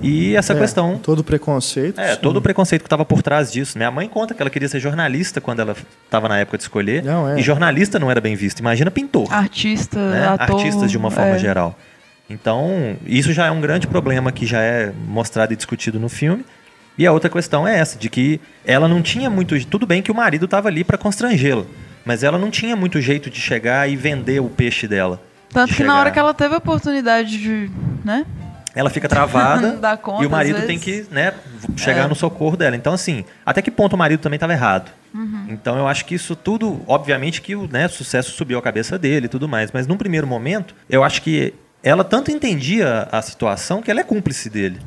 C: E essa
A: É,
C: questão
A: todo preconceito.
C: é,
A: sim.
C: todo o preconceito que estava por trás disso. Minha mãe conta que ela queria ser jornalista quando ela estava na época de escolher.
A: Não, é.
C: E jornalista não era bem visto. Imagina pintor.
B: Artista,
C: né,
B: Ah, ator...
C: artistas de uma forma
B: é.
C: geral. Então, isso já é um grande problema que já é mostrado e discutido no filme. E a outra questão é essa, de que ela não tinha muito... Tudo bem que o marido estava ali para constrangê-la, mas ela não tinha muito jeito de chegar e vender o peixe dela.
B: Tanto
C: De
B: que na
C: chegar.
B: hora que ela teve a oportunidade de... Né?
C: Ela fica travada
B: Não dá conta,
C: e o marido
B: às
C: tem que
B: vezes. É.
C: né, chegar no socorro dela. Então, assim, até que ponto o marido também estava errado?
B: Uhum.
C: Então, eu acho que isso tudo, obviamente que o né, sucesso subiu a cabeça dele e tudo mais, mas num primeiro momento, eu acho que ela tanto entendia a situação que ela é cúmplice dele.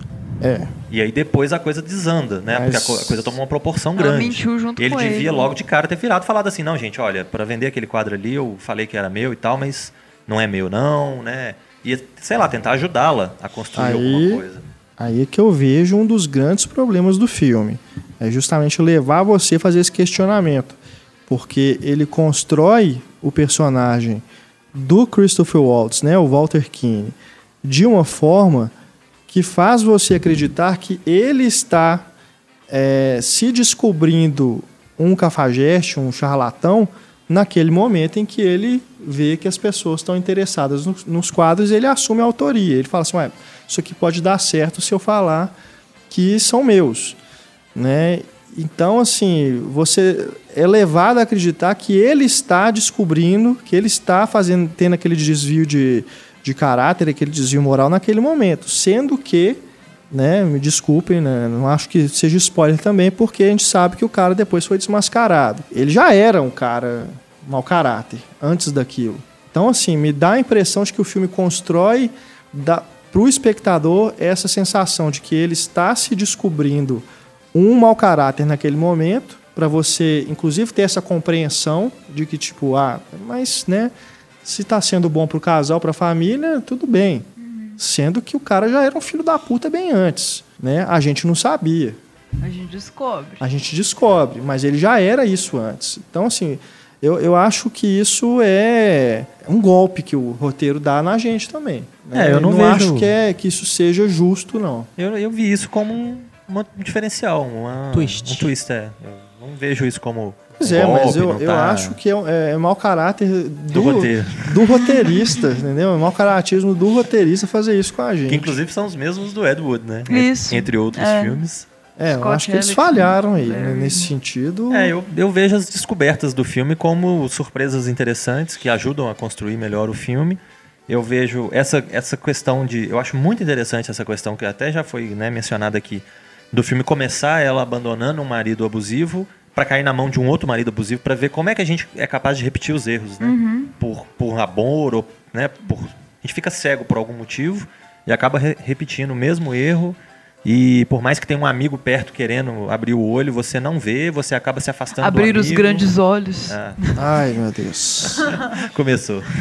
A: É.
C: E aí depois a coisa desanda, né?
A: Mas-
C: Porque a, co- a coisa tomou uma proporção
B: Ela
C: grande.
B: mentiu junto
C: ele
B: com
C: devia
B: ele.
C: logo de cara ter virado e falado assim, não, gente, olha, para vender aquele quadro ali, eu falei que era meu e tal, mas não é meu não, né? E, sei lá, tentar ajudá-la a construir
A: Aí,
C: alguma coisa.
A: aí é que eu vejo um dos grandes problemas do filme. É justamente levar você a fazer esse questionamento. Porque ele constrói o personagem do Christopher Waltz, né, o Walter Keane, de uma forma que faz você acreditar que ele está é, se descobrindo um cafajeste, um charlatão, naquele momento em que ele vê que as pessoas estão interessadas nos, nos quadros e ele assume a autoria. Ele fala assim, Ué, isso aqui pode dar certo se eu falar que são meus. Né? Então, assim, você é levado a acreditar que ele está descobrindo, que ele está fazendo, tendo aquele desvio de, de caráter, aquele desvio moral naquele momento. Sendo que né? Me desculpem, né? Não acho que seja spoiler também, porque a gente sabe que o cara depois foi desmascarado. Ele já era um cara mau caráter antes daquilo. Então, assim, me dá a impressão de que o filme constrói dá, pro espectador essa sensação de que ele está se descobrindo um mau caráter naquele momento, para você, inclusive, ter essa compreensão de que, tipo, ah, mas, né, se tá sendo bom pro casal, pra família, tudo bem. Sendo que o cara já era um filho da puta bem antes, né? A gente não sabia.
B: A gente descobre.
A: A gente descobre, mas ele já era isso antes. Então, assim, eu, eu acho que isso é um golpe que o roteiro dá na gente também. né?
C: É, eu não vejo-
A: acho que, é, que isso seja justo, não.
C: Eu, eu vi isso como um, uma- um diferencial, uma-
D: Twist.
C: um twist. É. Eu não vejo isso como
A: Pois é,
C: golpe,
A: mas eu,
C: não
A: eu
C: tá-
A: acho que é, um- é, é mau caráter do,
C: roteiro.
A: do roteirista, entendeu? É mau caratismo do roteirista fazer isso com a gente.
C: Que inclusive são os mesmos do Ed Wood, né?
B: Isso.
C: Entre outros
B: É.
C: filmes.
A: É, eu
B: Scott é.
A: acho que eles
B: Ellis,
A: falharam aí, né?
B: Barry.
A: Nesse sentido.
C: É, eu, eu vejo as descobertas do filme como surpresas interessantes que ajudam a construir melhor o filme. Eu vejo essa, essa questão de. Eu acho muito interessante essa questão que até já foi né, mencionada aqui, do filme começar ela abandonando um marido abusivo pra cair na mão de um outro marido abusivo pra ver como é que a gente é capaz de repetir os erros, né? Por, por amor ou. Né, por, a gente fica cego por algum motivo e acaba re- repetindo o mesmo erro. E por mais que tenha um amigo perto querendo abrir o olho, você não vê, você acaba se afastando do
B: Abrir os
C: amigo.
B: grandes olhos.
C: Ah,
A: Ai, meu Deus.
C: Começou.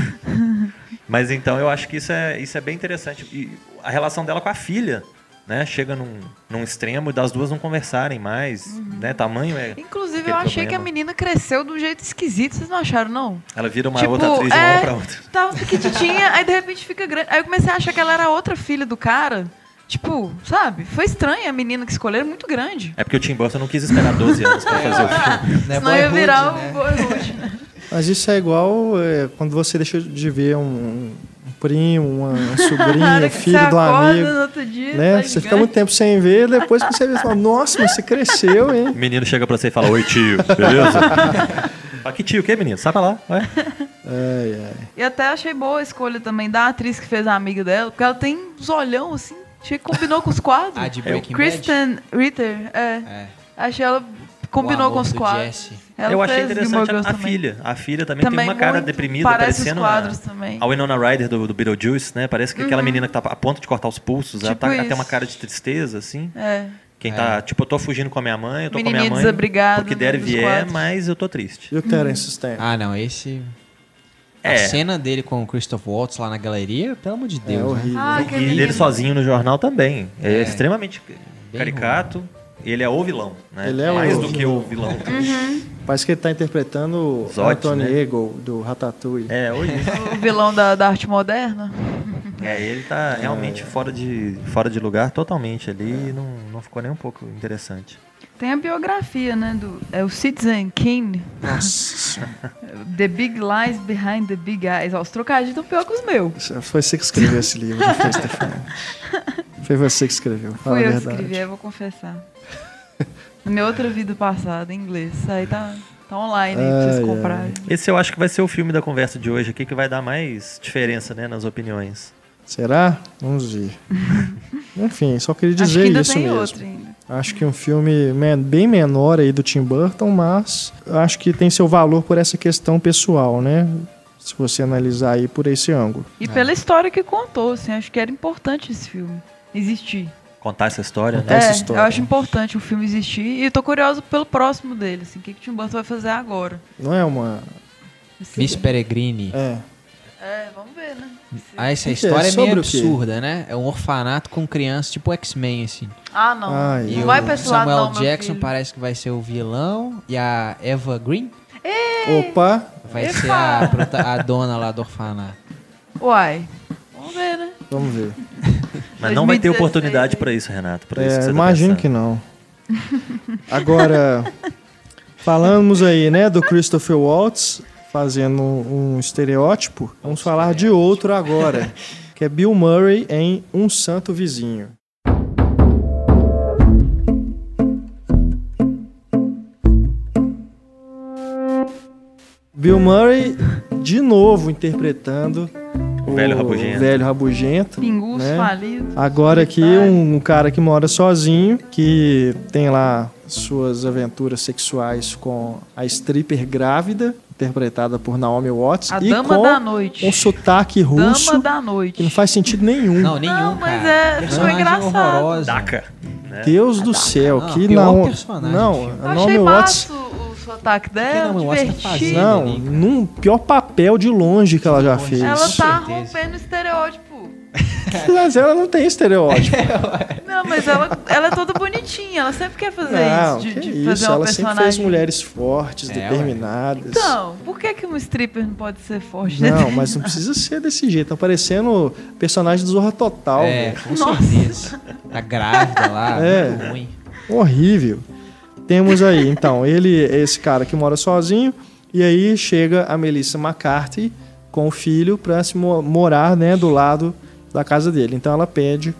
C: Mas então eu acho que isso é, isso é bem interessante. E a relação dela com a filha, né? Chega num, num extremo das duas não conversarem mais, né? Tamanho é.
B: Uhum. Inclusive,
C: aquele
B: eu achei que a
C: problema.
B: menina cresceu de um jeito esquisito, vocês não acharam, não?
C: Ela vira uma outra atriz de uma hora
B: é,
C: pra outra.
B: Tava pequititinha, aí de repente fica grande. Aí eu comecei a achar que ela era outra filha do cara. Tipo, sabe? Foi estranha a menina que escolheram, muito grande.
C: É porque o Tim Burton não quis esperar 12 anos pra fazer o filme.
D: Não é
B: Senão ia
D: Boyhood,
B: virar
D: né?
B: o Boyhood. né?
A: Mas isso é igual é, quando você deixa de ver um, um primo, uma
B: Na hora
A: sobrinha,
B: que
A: é filho
B: você
A: do
B: acorda
A: amigo.
B: no outro dia,
A: Né?
B: tá
A: Você fica
B: gigante.
A: muito tempo sem ver, depois que você vê, você fala, nossa, mas você cresceu, hein?
C: O menino chega pra você e fala: Oi, tio, beleza? Fala, que tio, o que, menino? Sai pra lá. Vai.
A: Ai, ai.
B: E até achei boa a escolha também da atriz que fez a amiga dela, porque ela tem uns olhão assim, achei que combinou com os quadros.
C: é
D: Ah, de Breaking Bad?
B: Kristen Ritter, é.
D: É.
B: Achei ela
D: O
B: combinou
D: amor
B: com os
D: do
B: quadros.
D: Jesse.
B: Ela
C: eu achei
B: fez Gilmore
C: interessante a,
B: Girls
C: a
B: também.
C: filha. A filha também,
B: Também
C: tem uma cara
B: muito
C: deprimida,
B: parece os
C: parecendo
B: quadros
C: a,
B: também. Uhum.
C: a Winona Ryder do, do Beetlejuice, né? Parece que aquela menina que tá a ponto de cortar os pulsos, ela,
B: Tipo
C: tá, ela tem
B: isso.
C: uma cara de tristeza, assim.
B: É.
C: Quem tá, tipo, eu tô fugindo com a minha mãe, eu tô com a
B: Menininha
C: minha mãe
B: desabrigada
C: porque der e
B: né, dos
C: vier,
B: quadros.
C: mas eu tô triste.
A: E o Terence Stamp?
D: Ah, não, esse.
C: É.
D: A cena dele com o Christoph Waltz lá na galeria, pelo amor de Deus. né?
A: É horrível.
B: Ah,
C: E
B: que
C: ele
B: menino.
C: sozinho no jornal também. É,
D: É.
C: extremamente caricato. Ele é o vilão, né?
A: Ele é o
C: Mais do
A: vilão.
C: que o vilão.
B: Uhum.
A: Parece que ele tá interpretando o
C: Zod,
A: Anthony
C: né?
A: Ego, do Ratatouille.
C: É, hoje.
B: O vilão da, da arte moderna.
C: É, ele tá realmente Fora, de, fora de lugar totalmente ali e não, não ficou nem um pouco interessante.
B: Tem a biografia, né? Do, é o Citizen Kane.
A: Nossa,
B: The Big Lies Behind the Big Eyes. Ó, os trocadilhos estão pior que os meus.
A: É, foi você que escreveu esse livro, não foi, Stefano? Foi você que escreveu, fala
B: Fui
A: a
B: eu que
A: verdade.
B: escrevi, é. eu vou confessar. Na minha outra vida passada, em inglês. Isso aí tá, tá online aí pra
A: Ai,
B: vocês
A: ai.
B: comprarem.
C: Esse eu acho que vai ser o filme da conversa de hoje aqui que vai dar mais diferença, né, nas opiniões.
A: Será? Vamos ver. Enfim, só queria
B: Acho que
A: dizer
B: ainda
A: isso
B: tem
A: mesmo.
B: outro ainda.
A: Acho que um filme men- bem menor aí do Tim Burton, mas acho que tem seu valor por essa questão pessoal, né? Se você analisar aí por esse ângulo.
B: E pela história que contou, assim, acho que era importante esse filme existir.
C: Contar essa história, né?
A: Contar essa
B: é,
A: história.
B: eu acho importante o filme existir e tô curioso pelo próximo dele, assim, o que, que o Tim Burton vai fazer agora.
A: Não é uma.
B: Assim,
D: Miss Peregrine.
A: É.
B: É, vamos ver, né? Se-
D: Ah, essa
A: Que que é?
D: história é meio
A: Sobre o quê?
D: absurda, né? É um orfanato com criança, tipo X-Men, assim.
B: Ah, não.
A: Ai,
D: E
B: não
A: eu-
B: vai
D: o
B: pra esse lado,
D: Samuel
B: não, meu
D: Jackson
B: filho.
D: parece que vai ser o vilão e a Eva Green
B: É.
A: Opa!
D: vai
B: Epa!
D: ser a, prota- a dona lá do orfanato.
B: Uai. Vamos ver, né?
A: Vamos ver.
C: Mas não vai ter
B: 2016
C: oportunidade pra isso, Renato. Pra isso
A: É,
C: que você tá
A: imagino
C: pensando.
A: que não. Agora, falamos aí, né, do Christopher Waltz fazendo um estereótipo. Vamos
C: Um
A: falar de outro agora, que é Bill Murray em Um Santo Vizinho. Bill Murray de novo interpretando
C: O velho rabugento.
A: velho rabugento,
B: Pinguço
A: né?
B: falido.
A: Agora aqui um, um cara que mora sozinho, que tem lá suas aventuras sexuais com a stripper grávida, interpretada por Naomi Watts, Ah,
B: A
A: e
B: dama
A: com
B: da noite.
A: um sotaque russo
B: Dama da
A: que não
B: noite.
A: faz sentido nenhum.
D: Não, nenhum,
B: Não, mas
D: cara.
B: é-
D: Personagem
B: foi engraçado.
D: horrorosa.
C: Daca. né?
A: Deus do céu,
D: é não,
A: que
D: pior
A: não.
D: personagem do filme.
A: Não,
B: Eu
A: a
B: achei
A: Naomi Watts.
B: massa o, o sotaque dela,
D: Naomi
A: é
D: Watts tá
B: divertido.
D: fazendo?
A: Não,
D: ali, cara.
A: num pior papel de longe que ela já fez.
B: Ela
D: Com
B: tá
D: certeza.
B: rompendo estereótipo.
A: Mas ela não tem estereótipo.
B: Não, mas ela, ela é toda bonitinha. Ela sempre quer fazer
A: Não,
B: isso.
A: que
B: De, de
A: isso.
B: fazer uma
A: Ela sempre
B: personagem.
A: fez mulheres fortes,
D: É, ué.
A: determinadas.
B: Então, por que, que um stripper não pode ser forte? né?
A: Não, mas não precisa ser desse jeito. Tá parecendo personagem do Zorra Total,
D: É,
A: velho.
D: com
B: Nossa.
D: certeza. Tá grávida lá,
A: É.
D: muito ruim.
A: Horrível. Temos aí, então, ele, esse cara que mora sozinho, e aí chega a Melissa McCarthy com o filho para se mo- morar, né, do lado da casa dele. Então ela pede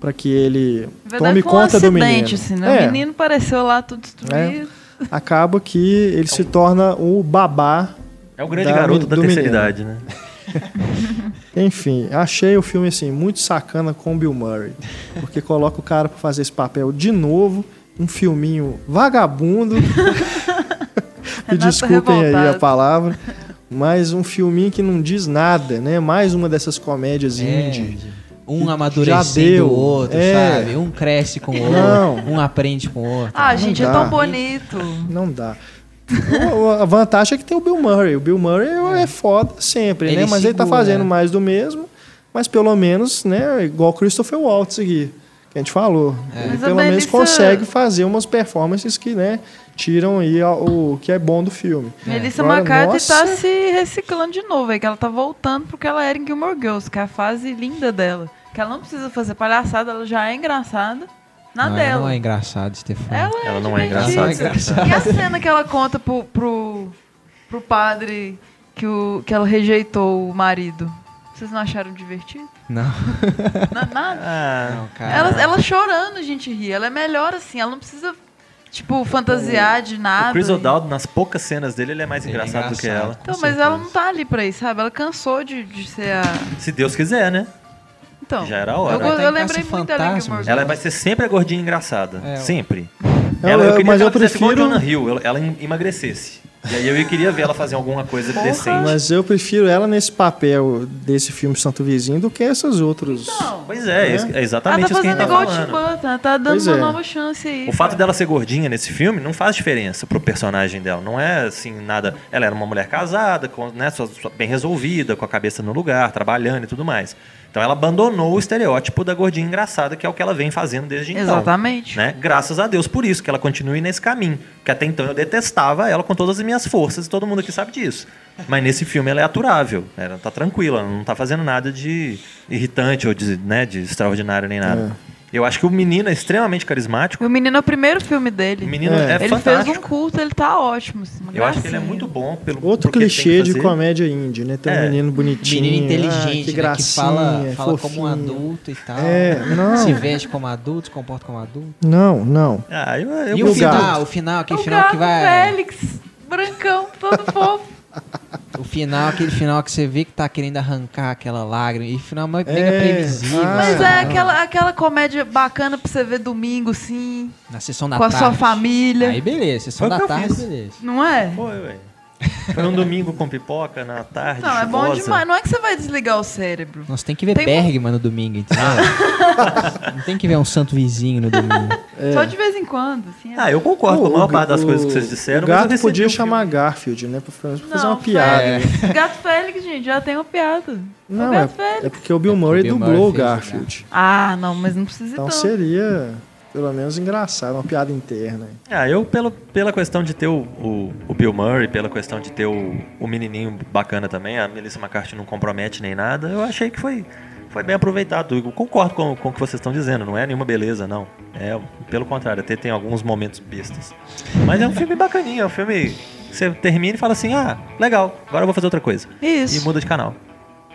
A: para que ele
B: Na verdade,
A: tome
B: foi um
A: conta do menino.
B: acidente, assim, né?
A: É.
B: O menino pareceu lá tudo destruído.
A: Acaba que ele se torna o babá
C: É o grande
A: Da-
C: garoto da
A: do
C: terceira
A: menino.
C: idade, né?
A: Enfim, achei o filme assim muito sacana com o Bill Murray, porque coloca o cara pra fazer esse papel de novo, um filminho vagabundo. Me
B: Renato
A: desculpem aí a
B: revoltado.
A: palavra, mas um filminho que não diz nada, né? Mais uma dessas comédias indie.
D: É. Um
A: Já deu.
D: amadurecendo o outro,
A: É.
D: sabe? Um cresce com o
A: Não.
D: outro, um aprende com o outro.
B: Ah, gente,
A: dá.
B: é tão bonito.
A: Não dá. O- A vantagem é que tem o Bill Murray. O Bill Murray é foda sempre,
D: Ele
A: né? Mas ele tá
D: segura,
A: fazendo
D: né?
A: mais do mesmo, mas pelo menos, né? Igual Christopher Waltz aqui, que a gente falou.
D: É.
A: Ele
B: Mas é a
A: pelo menos
B: Melissa-
A: consegue fazer umas performances que, né? Tiram aí a- o que é bom do filme.
B: Melissa
A: Agora,
B: McCarthy tá
A: nossa.
B: se reciclando de novo, aí que ela tá voltando porque ela era em Gilmore Girls, que é a fase linda dela. Que ela não precisa fazer palhaçada, ela já é engraçada na
D: não,
B: dela.
D: não é engraçado, Stefano.
B: Ela,
C: Ela não é
B: divertida.
C: engraçada.
D: engraçada.
B: E a cena que ela conta pro, pro, pro padre que, o, que ela rejeitou o marido? Vocês não acharam divertido?
D: Não,
B: Na- Nada?
C: Ah,
D: não, cara.
B: Ela, ela chorando, a gente ri. Ela é melhor assim, ela não precisa, tipo, fantasiar de nada.
C: o Chris O'Dowd, nas poucas cenas dele, ele é mais
D: Ele é
C: engraçado, do que
D: engraçado.
C: ela.
B: Então,
D: Com
B: mas
D: certeza.
B: ela não tá ali pra isso, sabe? Ela cansou de, de ser a.
C: Se Deus quiser, né?
B: Então.
C: Já era a hora.
B: Eu, go-
D: Ela tá em
B: eu lembrei
D: Caça
B: muito dela em
D: Fantasmas,
B: Gilmore
C: Ela é vai ser sempre a gordinha engraçada.
D: É, eu-
C: sempre.
A: Eu-
C: Ela,
A: eu-
C: eu queria
A: É, mas
C: que ela
A: eu
C: fizesse igual a
A: prefiro-
C: Jonah Hill, ela, ela em- emagrecesse. E aí eu queria ver ela fazer alguma coisa
B: Porra.
C: decente.
A: Mas eu prefiro ela nesse papel desse filme Santo Vizinho do que esses outros.
B: Não.
C: Pois é, é, é
B: Ela
C: exatamente
B: tá
C: isso que a gente
B: fazendo
C: tá
B: igual o Tim
C: falando.
B: Burton, ela tá dando
A: Pois
B: uma
A: é.
B: nova chance aí.
C: O fato dela ser gordinha nesse filme não faz diferença pro personagem dela. Não é assim, nada. Ela era uma mulher casada, com, né, sua- sua- bem resolvida, com a cabeça no lugar, trabalhando e tudo mais. Então ela abandonou o estereótipo da gordinha engraçada, que é o que ela vem fazendo desde então.
B: Exatamente.
C: né? Graças a Deus por isso, que ela continue nesse caminho. Porque até então eu detestava ela com todas as minhas forças, e todo mundo aqui sabe disso. Mas nesse filme ela é aturável, ela tá tranquila, ela não tá fazendo nada de irritante ou de, né, de extraordinário nem nada. Eu acho que o menino é extremamente carismático.
B: E o menino é o primeiro filme dele.
C: O menino
A: É.
C: é,
B: ele fez um
C: fantástico.
B: culto, ele tá ótimo. Assim, uma
C: eu acho que ele
B: gracinha.
C: é muito bom pelo
A: Outro
C: pro que ele tem
A: clichê
C: que
A: de
C: fazer.
A: comédia indie, né? Tem um
C: É.
A: menino bonitinho. ah,
D: Menino inteligente,
A: que
D: né, que
A: gracinha,
D: fala, fala como um
A: fofinho.
D: adulto e tal.
A: É, não.
D: Se veste como adulto, se comporta como adulto.
A: Não, não.
C: Ah, eu, eu
D: e
A: vou
D: o
A: no É gato.
D: final, o final, aquele
B: É O
D: final
B: gato
D: que vai.
B: Félix, brancão, todo fofo.
D: O final, aquele final que você vê que tá querendo arrancar aquela lágrima. E o final é mega
A: É,
D: previsível. assim,
A: ah.
B: Mas é
D: sabe?
B: aquela, aquela comédia bacana pra você ver domingo, sim.
D: Na sessão da
B: com a
D: tarde.
B: sua família.
D: Aí beleza,
C: Foi
D: sessão
C: o
D: da
C: que eu
D: tarde,
C: fiz.
D: beleza.
B: Não é?
C: Foi, ué. Foi um domingo com pipoca na tarde.
B: Não, é bom
C: chuvosa.
B: demais. Não é que você vai desligar o cérebro.
D: Nossa, tem que ver
B: Tem um-
D: Bergman no domingo, entendeu? Não tem que ver um santo vizinho no domingo.
A: É.
B: Só de vez em quando, assim. é
C: Ah, eu concordo com a
A: O-
C: maior
A: o-
C: parte das
A: o-
C: coisas que vocês disseram.
A: O
C: mas eu um
A: gato
C: decidi
A: podia
C: o filme.
A: chamar Garfield, né? Pra fazer pra fazer
B: Não,
A: uma piada.
B: Félix.
A: né?
B: Gato Félix, gente, já tem uma piada. o
A: Não, é,
B: Gato Félix.
A: é porque o Bill Murray
D: o Bill
A: dublou o
D: Murray fez né? o
A: Garfield.
B: Ah, não, mas não precisa
A: Então
B: tanto.
A: seria, pelo menos, engraçado, uma piada interna.
C: Ah, eu pelo, pela questão de ter o, o, o Bill Murray, pela questão de ter o, o menininho bacana também, a Melissa McCarthy não compromete nem nada, eu achei que foi, foi bem aproveitado. Eu concordo com, com o que vocês estão dizendo, não é nenhuma beleza, não. É, pelo contrário, até tem alguns momentos bestas. Mas é um filme bacaninho, é um filme que você termina e fala assim, ah, legal, agora eu vou fazer outra coisa. E
B: Isso.
C: muda de canal.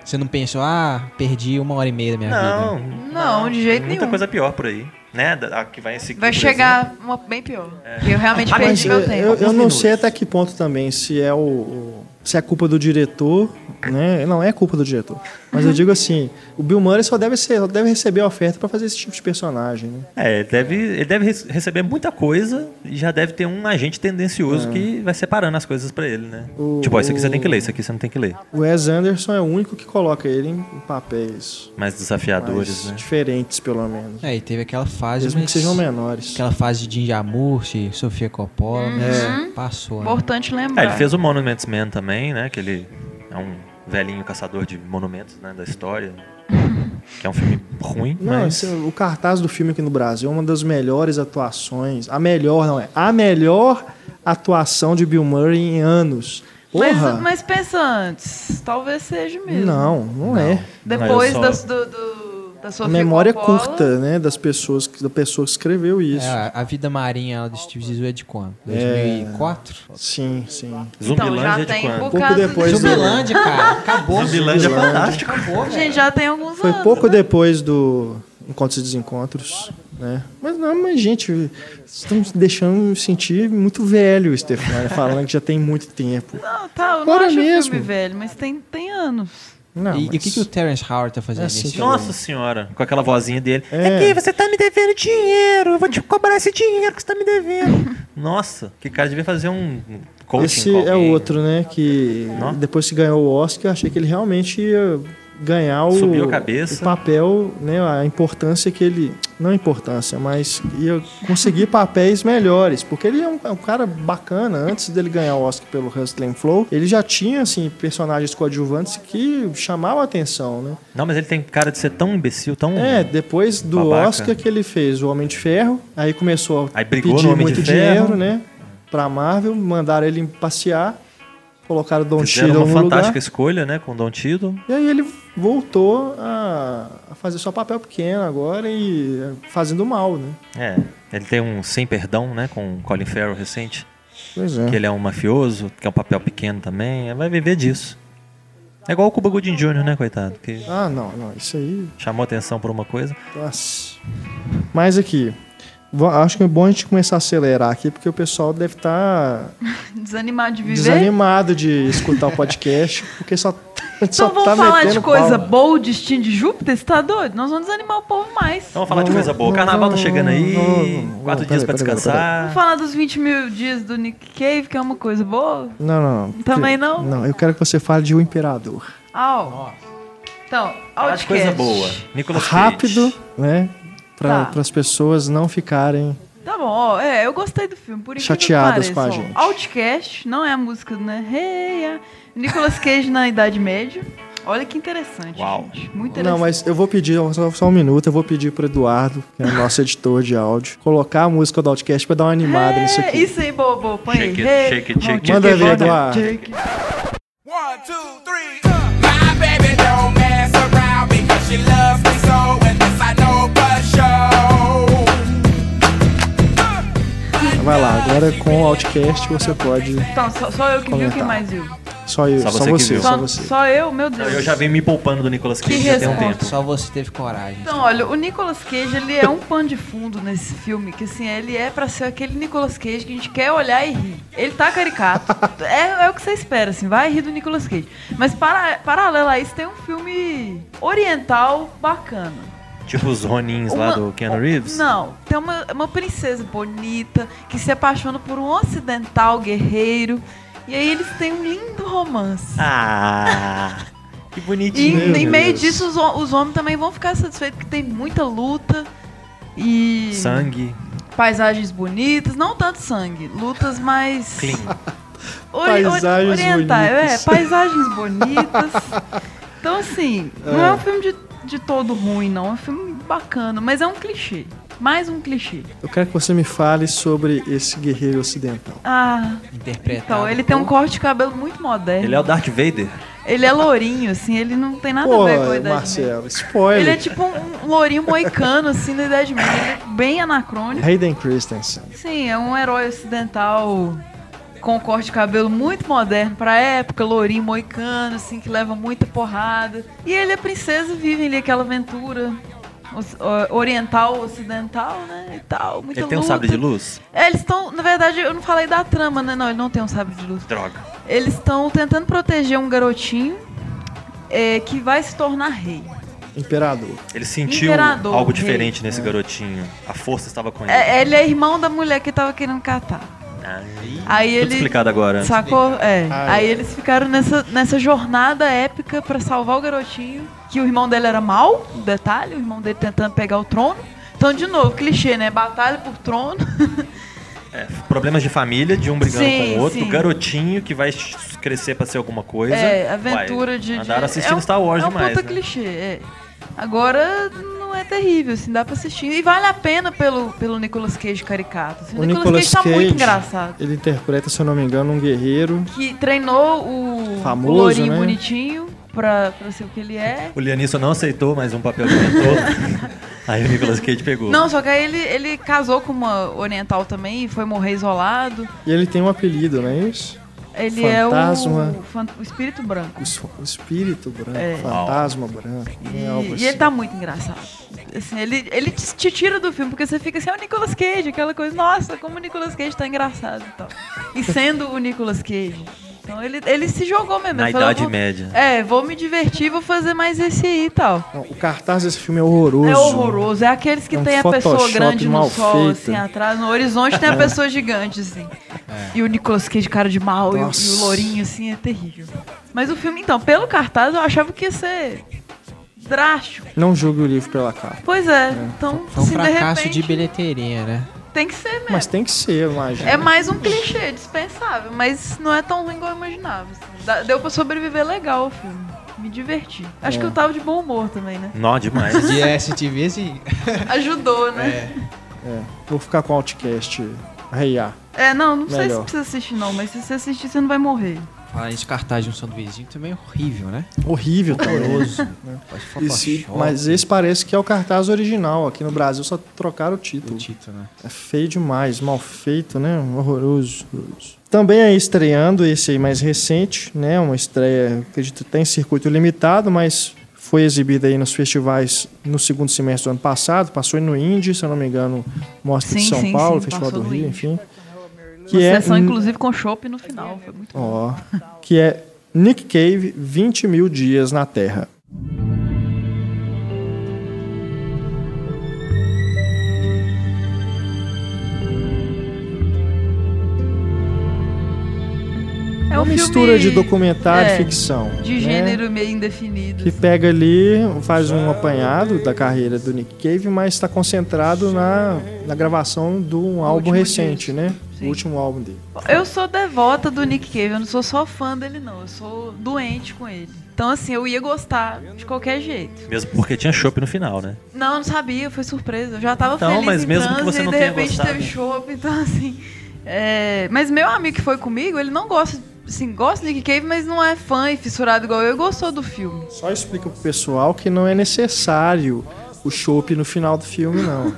D: Você não pensou, ah, perdi uma hora e meia da minha vida.
C: Não,
B: Não, de jeito
C: tem muita
B: nenhum.
C: coisa pior por aí, né? Da- A que vai em seguida,
B: Vai
C: por exemplo.
B: chegar uma bem pior. Que eu realmente
C: Ah,
A: Mas
B: perdi
A: eu,
B: meu
A: eu,
B: tempo.
A: eu não
C: minutos.
A: sei até que ponto também se é o, o- se é culpa do diretor, né? Não é culpa do diretor. Mas eu digo assim, o Bill Murray só deve ser, só deve receber a oferta pra fazer esse tipo de personagem, né?
C: É, ele deve, ele deve rece- receber muita coisa e já deve ter um agente tendencioso que vai separando as coisas pra ele, né?
A: O-
C: tipo, ó, isso aqui você
A: o-
C: tem que ler, isso aqui você não tem que ler.
A: O Wes Anderson é o único que coloca ele em, em papéis
C: Mais
A: mais
C: desafiadores, né?
A: diferentes, pelo menos.
D: É, e teve aquela fase.
A: Mesmo
D: mas-
A: que um sejam menores.
D: Aquela fase de India Murti, Sofia Coppola,
B: Uhum.
D: mas passou. né?
B: Importante
C: É,
B: lembrar.
C: ele fez o Monuments Man também, né? Que ele é um velhinho caçador de monumentos, né? Da história. que é um filme ruim,
A: Não,
C: mas...
A: esse- é o cartaz do filme aqui no Brasil é uma das melhores atuações. A melhor, não é? A melhor atuação de Bill Murray em anos.
B: Mas,
A: Porra!
B: mas pensa antes. Talvez seja mesmo.
A: Não, não, é.
B: Depois
C: Não, eu só-
B: das- do- do- da
A: A
B: Sofia
A: memória
B: Coppola.
A: curta, né? Das pessoas, que- da pessoa que escreveu isso.
D: É, a- a Vida Marinha ela de Steve Zissou é de quando? 2004?
A: Sim, sim.
B: Então, já
C: Zumbilândia é de
B: tem
C: quando?
B: um
A: Pouco
B: bocado
A: depois
B: de-
A: do-
D: Zumbilândia, cara. Acabou.
C: Zumbilândia é fantástico.
D: Acabou, velho.
B: Gente, já tem alguns
A: Foi
B: anos.
A: pouco depois do Encontros e Desencontros, né? Mas não, mas gente, estamos deixando eu sentir muito velho, Stefania, falando que já tem muito tempo.
B: Não, tá, eu não
A: Agora
B: acho o
A: mesmo.
B: filme velho, mas tem, tem anos.
A: Não,
D: E, e o
A: mas-
D: que, que o Terence Howard tá fazendo
A: É
D: nesse
A: assim,
D: filme?
C: Nossa senhora, um com aquela vozinha dele.
A: É.
C: Aqui, você tá me devendo dinheiro, eu vou te cobrar esse dinheiro que você tá me devendo. Nossa, que cara devia fazer um um coaching
A: Esse
C: com
A: é
C: alguém.
A: outro, né? Que
C: Não?
A: depois que ganhou o Oscar, eu achei que ele realmente ia ganhar o,
C: Subiu a cabeça.
A: o papel, né? A importância que ele. Não a importância, mas ia conseguir papéis melhores. Porque ele é um, é um cara bacana. Antes dele ganhar o Oscar pelo Hustling Flow, ele já tinha, assim, personagens coadjuvantes que chamavam a atenção, né?
C: Não, mas ele tem cara de ser tão imbecil, tão...
A: É, depois do
C: Babaca.
A: Oscar que ele fez o Homem de Ferro, aí começou a
C: Aí brigou
A: pedir
C: no Homem
A: muito
C: de
A: dinheiro,
C: Ferro.
A: né? Pra Marvel, mandaram ele passear, colocaram o Don
C: Fizeram
A: Cheadle no
C: uma fantástica
A: lugar.
C: escolha, né, com Don Tito.
A: E aí ele voltou a a fazer só papel pequeno agora e é, fazendo mal, né?
C: É, ele tem um Sem Perdão, né, com Colin Farrell recente.
A: Pois é.
C: Que ele é um mafioso, que é um papel pequeno também. Vai viver disso. É igual o Cuba Gooding Jr., né, coitado? Que
A: Ah, não, não, isso aí.
C: chamou atenção por uma coisa.
A: Nossa. Mas aqui, vo- acho que é bom a gente começar a acelerar aqui, porque o pessoal deve tá estar
B: Desanimar de viver.
A: desanimado de escutar o podcast, porque só, só
B: Então vamos
A: tá
B: falar de
A: metendo
B: coisa
A: pau.
B: boa, o destino de Júpiter, você tá doido? Nós vamos desanimar o povo mais.
C: Então vamos falar de
A: Não,
C: coisa boa.
A: não,
C: Carnaval tá
A: não,
C: chegando
A: não,
C: aí,
A: não, não,
C: quatro
A: não,
C: dias pra
A: peraí, peraí,
C: descansar.
B: Vamos falar dos 20 mil dias do Nick Cave, que é uma coisa boa?
A: Não, não, não.
B: Também não?
A: Não, eu quero que você fale de O Imperador.
B: Au. Então,
C: Falar de coisa
B: Outcast.
C: boa. Nicolas Cage.
A: Rápido, né? Para
B: Tá.
A: as pessoas não ficarem.
B: Tá bom, ó, é, eu gostei do filme, por incrível
A: Chateadas
B: que
A: com a
B: pareça. ó.
A: gente.
B: Outcast, não é a música, né? Hey, ah. Nicolas Cage na Idade Média. Olha que interessante,
C: Uau.
B: gente. Muito interessante.
A: Não, mas eu vou pedir, só, só um minuto, eu vou pedir pro Eduardo, que é o nosso editor de áudio, colocar a música do Outcast para dar uma animada
B: É,
A: nisso aqui.
B: Isso aí, bobo. Põe
C: Shake it,
B: aí. Hey,
C: shake it, shake it,
A: Manda
B: shake
A: ver,
B: it,
A: Eduardo.
B: shake it.
F: One, two, three. uh. My baby don't mess around because she loves me so, and this I know for sure.
A: Vai lá, agora com o Outcast você pode.
B: Então, só, só eu que vi,
A: Comentar.
B: quem mais viu?
A: Só eu, só
C: Só
A: você,
C: você que viu.
A: só
B: Só,
A: você.
B: só eu? Meu Deus.
C: Eu já venho me poupando do Nicolas Cage
B: Que
C: já tem um
B: resposta.
C: tempo.
D: Só você teve coragem.
B: Então, olha, o Nicolas Cage, ele é um pano de fundo nesse filme, que assim, ele é pra ser aquele Nicolas Cage que a gente quer olhar e rir. Ele tá caricato. é, é o que você espera, assim, vai rir do Nicolas Cage. Mas para, paralelo a isso, tem um filme oriental bacana.
C: Tipo os Ronins lá
B: Uma-
C: do Keanu Reeves.
B: Não, tem uma, uma princesa bonita que se apaixona por um ocidental guerreiro. E aí eles têm um lindo romance.
C: Ah, que
B: E
C: bonitinho.
B: em meio
A: Deus.
B: disso, os, ho- os homens também vão ficar satisfeitos porque tem muita luta e
C: Sangue,
B: paisagens bonitas, não tanto sangue, lutas mais
C: clean.
B: ori- ori-
A: Paisagens
B: orientais,
A: bonitas.
B: é, paisagens bonitas. Então assim, não é um filme de, de todo ruim, não, é um filme bacana, mas é um clichê, mais um clichê.
A: Eu quero que você me fale sobre esse guerreiro ocidental.
B: Ah,
D: Interpretado.
B: então ele tem um
D: por-
B: corte de cabelo muito moderno.
C: Ele é o Darth Vader.
B: Ele é lourinho, assim, ele não tem nada
A: Pô,
B: a ver com a idade média.
A: Marcelo, spoiler.
B: Ele é tipo um um lourinho moicano, assim, da Idade Média. Ele é bem anacrônico.
A: Hayden Christensen.
B: Sim, é um herói ocidental com corte de cabelo muito moderno pra época, lourinho moicano, assim, que leva muita porrada. E ele é princesa e vive ali aquela aventura os- ó, oriental, ocidental, né, e tal. Muita
C: Ele tem um
B: luta.
C: sabre de luz?
B: É, eles estão, na verdade, eu não falei da trama, né, não, ele não tem um sabre de luz.
C: Droga.
B: Eles estão tentando proteger um garotinho é, que vai se tornar rei.
A: Imperador.
C: Ele sentiu
B: Imperador,
C: algo
B: rei.
C: diferente nesse garotinho. A força estava com ele.
B: É, ele é irmão da mulher que tava querendo catar.
C: Aí,
B: Aí
C: Tudo
B: ele.
C: explicado agora.
B: Sacou? É.
A: Ah,
B: Aí
A: é.
B: eles ficaram nessa, nessa jornada épica pra salvar o garotinho, que o irmão dele era mau, um detalhe, o irmão dele tentando pegar o trono. Então, de novo, clichê, né? Batalha por trono.
C: É, problemas de família, de um brigando
B: Sim,
C: com o outro.
B: sim.
C: Garotinho que vai s- crescer pra ser alguma coisa.
B: É, aventura
C: Uai,
B: de. de-
C: Andaram assistindo
B: é um-
C: Star Wars
B: é um
C: demais.
B: puta
C: né?
B: clichê, é. Agora não é terrível, assim, dá pra assistir. E vale a pena pelo, pelo Nicolas Cage caricato. assim.
A: O Nicolas Cage,
B: tá muito engraçado.
A: Ele interpreta, se eu não me engano, um guerreiro
B: Que treinou o,
A: Famoso,
B: o lourinho
A: né?
B: bonitinho pra, pra ser o que ele é.
C: O Lianisson não aceitou mais um papel de mentor. aí o Nicolas Cage pegou.
B: Não, só que aí ele, ele casou com uma oriental também e foi morrer isolado.
A: E ele tem um apelido, não é isso?
B: Ele é
A: Fantasma.
B: o, fan- o espírito branco.
A: O es- o espírito branco,
B: É.
A: fantasma branco. né, algo
B: E,
A: assim.
B: e ele tá muito engraçado. Assim, ele, ele te, te tira do filme, porque você fica assim, é o Nicolas Cage, aquela coisa, nossa, como o Nicolas Cage tá engraçado e tal. E sendo o Nicolas Cage. Então ele, ele se jogou mesmo.
C: Na
B: ele falou,
C: Idade
B: "Vou-
C: Média.
B: É, vou me divertir, vou fazer mais esse aí e tal.
A: Não, o cartaz desse filme é horroroso.
B: É horroroso. É aqueles que
A: É um
B: tem a pessoa
A: Photoshop
B: grande no
A: mal
B: sol,
A: feito. É.
B: assim, atrás. No horizonte tem a pessoa gigante, assim. E o Nicolas Cage, cara de mal, e o, e o
A: Nossa.
B: lourinho, assim, é terrível. Mas o filme, então, pelo cartaz, eu achava que ia ser drástico.
A: Não julgue o livro pela capa.
B: Pois é, então,
D: Foi um
B: assim, de
D: fracasso de,
B: repente,
D: bilheteria, né?
B: tem que ser mesmo.
A: Mas tem que ser, eu imagino.
B: É mais um clichê, dispensável, mas não é tão ruim igual eu imaginava. assim. Dá- Deu pra sobreviver legal o filme. Me diverti.
A: É.
B: Acho que eu tava de bom humor também, né?
C: Nó demais.
D: De STV, assim.
B: Ajudou, né?
A: É. Vou ficar com o Outcast. Reiar.
B: É, não, não sei se
A: Melhor.
B: precisa assistir, não, mas se você assistir, você não vai morrer.
D: Falar de cartaz de um sanduízinho também é horrível, né?
A: Horrível também.
D: Horroroso. Pode
A: Esse-
D: Photoshop,
A: mas esse parece que é o cartaz original. Aqui no Brasil só trocaram o título.
D: o título, né?
A: É feio demais, mal feito, né? Horroroso. horroroso. Também aí estreando esse aí mais recente, né? Uma estreia, acredito, que tem circuito limitado, mas foi exibida aí nos festivais no segundo semestre do ano passado. Passou aí no Indy, se eu não me engano, Mostra de
B: Sim,
A: São
B: sim,
A: Paulo,
B: sim,
A: Festival do
B: passou no
A: Rio,
B: Indy.
A: enfim.
B: Uma
A: Que é,
C: um
B: sessão, inclusive, com chopp no final. Foi muito bom.
A: ó, que é Nick Cave, 20 mil dias na Terra.
B: É
A: uma
B: um
A: mistura
B: filme
A: de documentário
B: é,
A: e ficção.
B: De
A: né?
B: gênero meio indefinido.
A: Que pega ali, faz um apanhado da carreira do Nick Cave, mas está concentrado na, na gravação de um álbum
B: último
A: recente, né?
B: Sim.
A: O último álbum dele.
B: assim. Eu sou devota do Nick Cave, eu não sou só fã dele, não. Eu sou doente com ele. Então, assim, eu ia gostar de qualquer jeito.
C: Mesmo porque tinha chopp no final, né?
B: Não, eu não sabia, foi surpresa. Eu já tava
C: Então,
B: feliz
C: mas
B: em
C: mesmo que
B: transe
C: você
B: e
C: não
B: de
C: tenha
B: repente
C: gostado.
B: teve chopp, então assim. é, Mas meu amigo que foi comigo, ele não gosta. Assim, gosta do Nick Cave, mas não é fã e fissurado igual eu. e Gostou do filme.
A: Só explica pro pessoal que não é necessário o chopp no final do filme, não.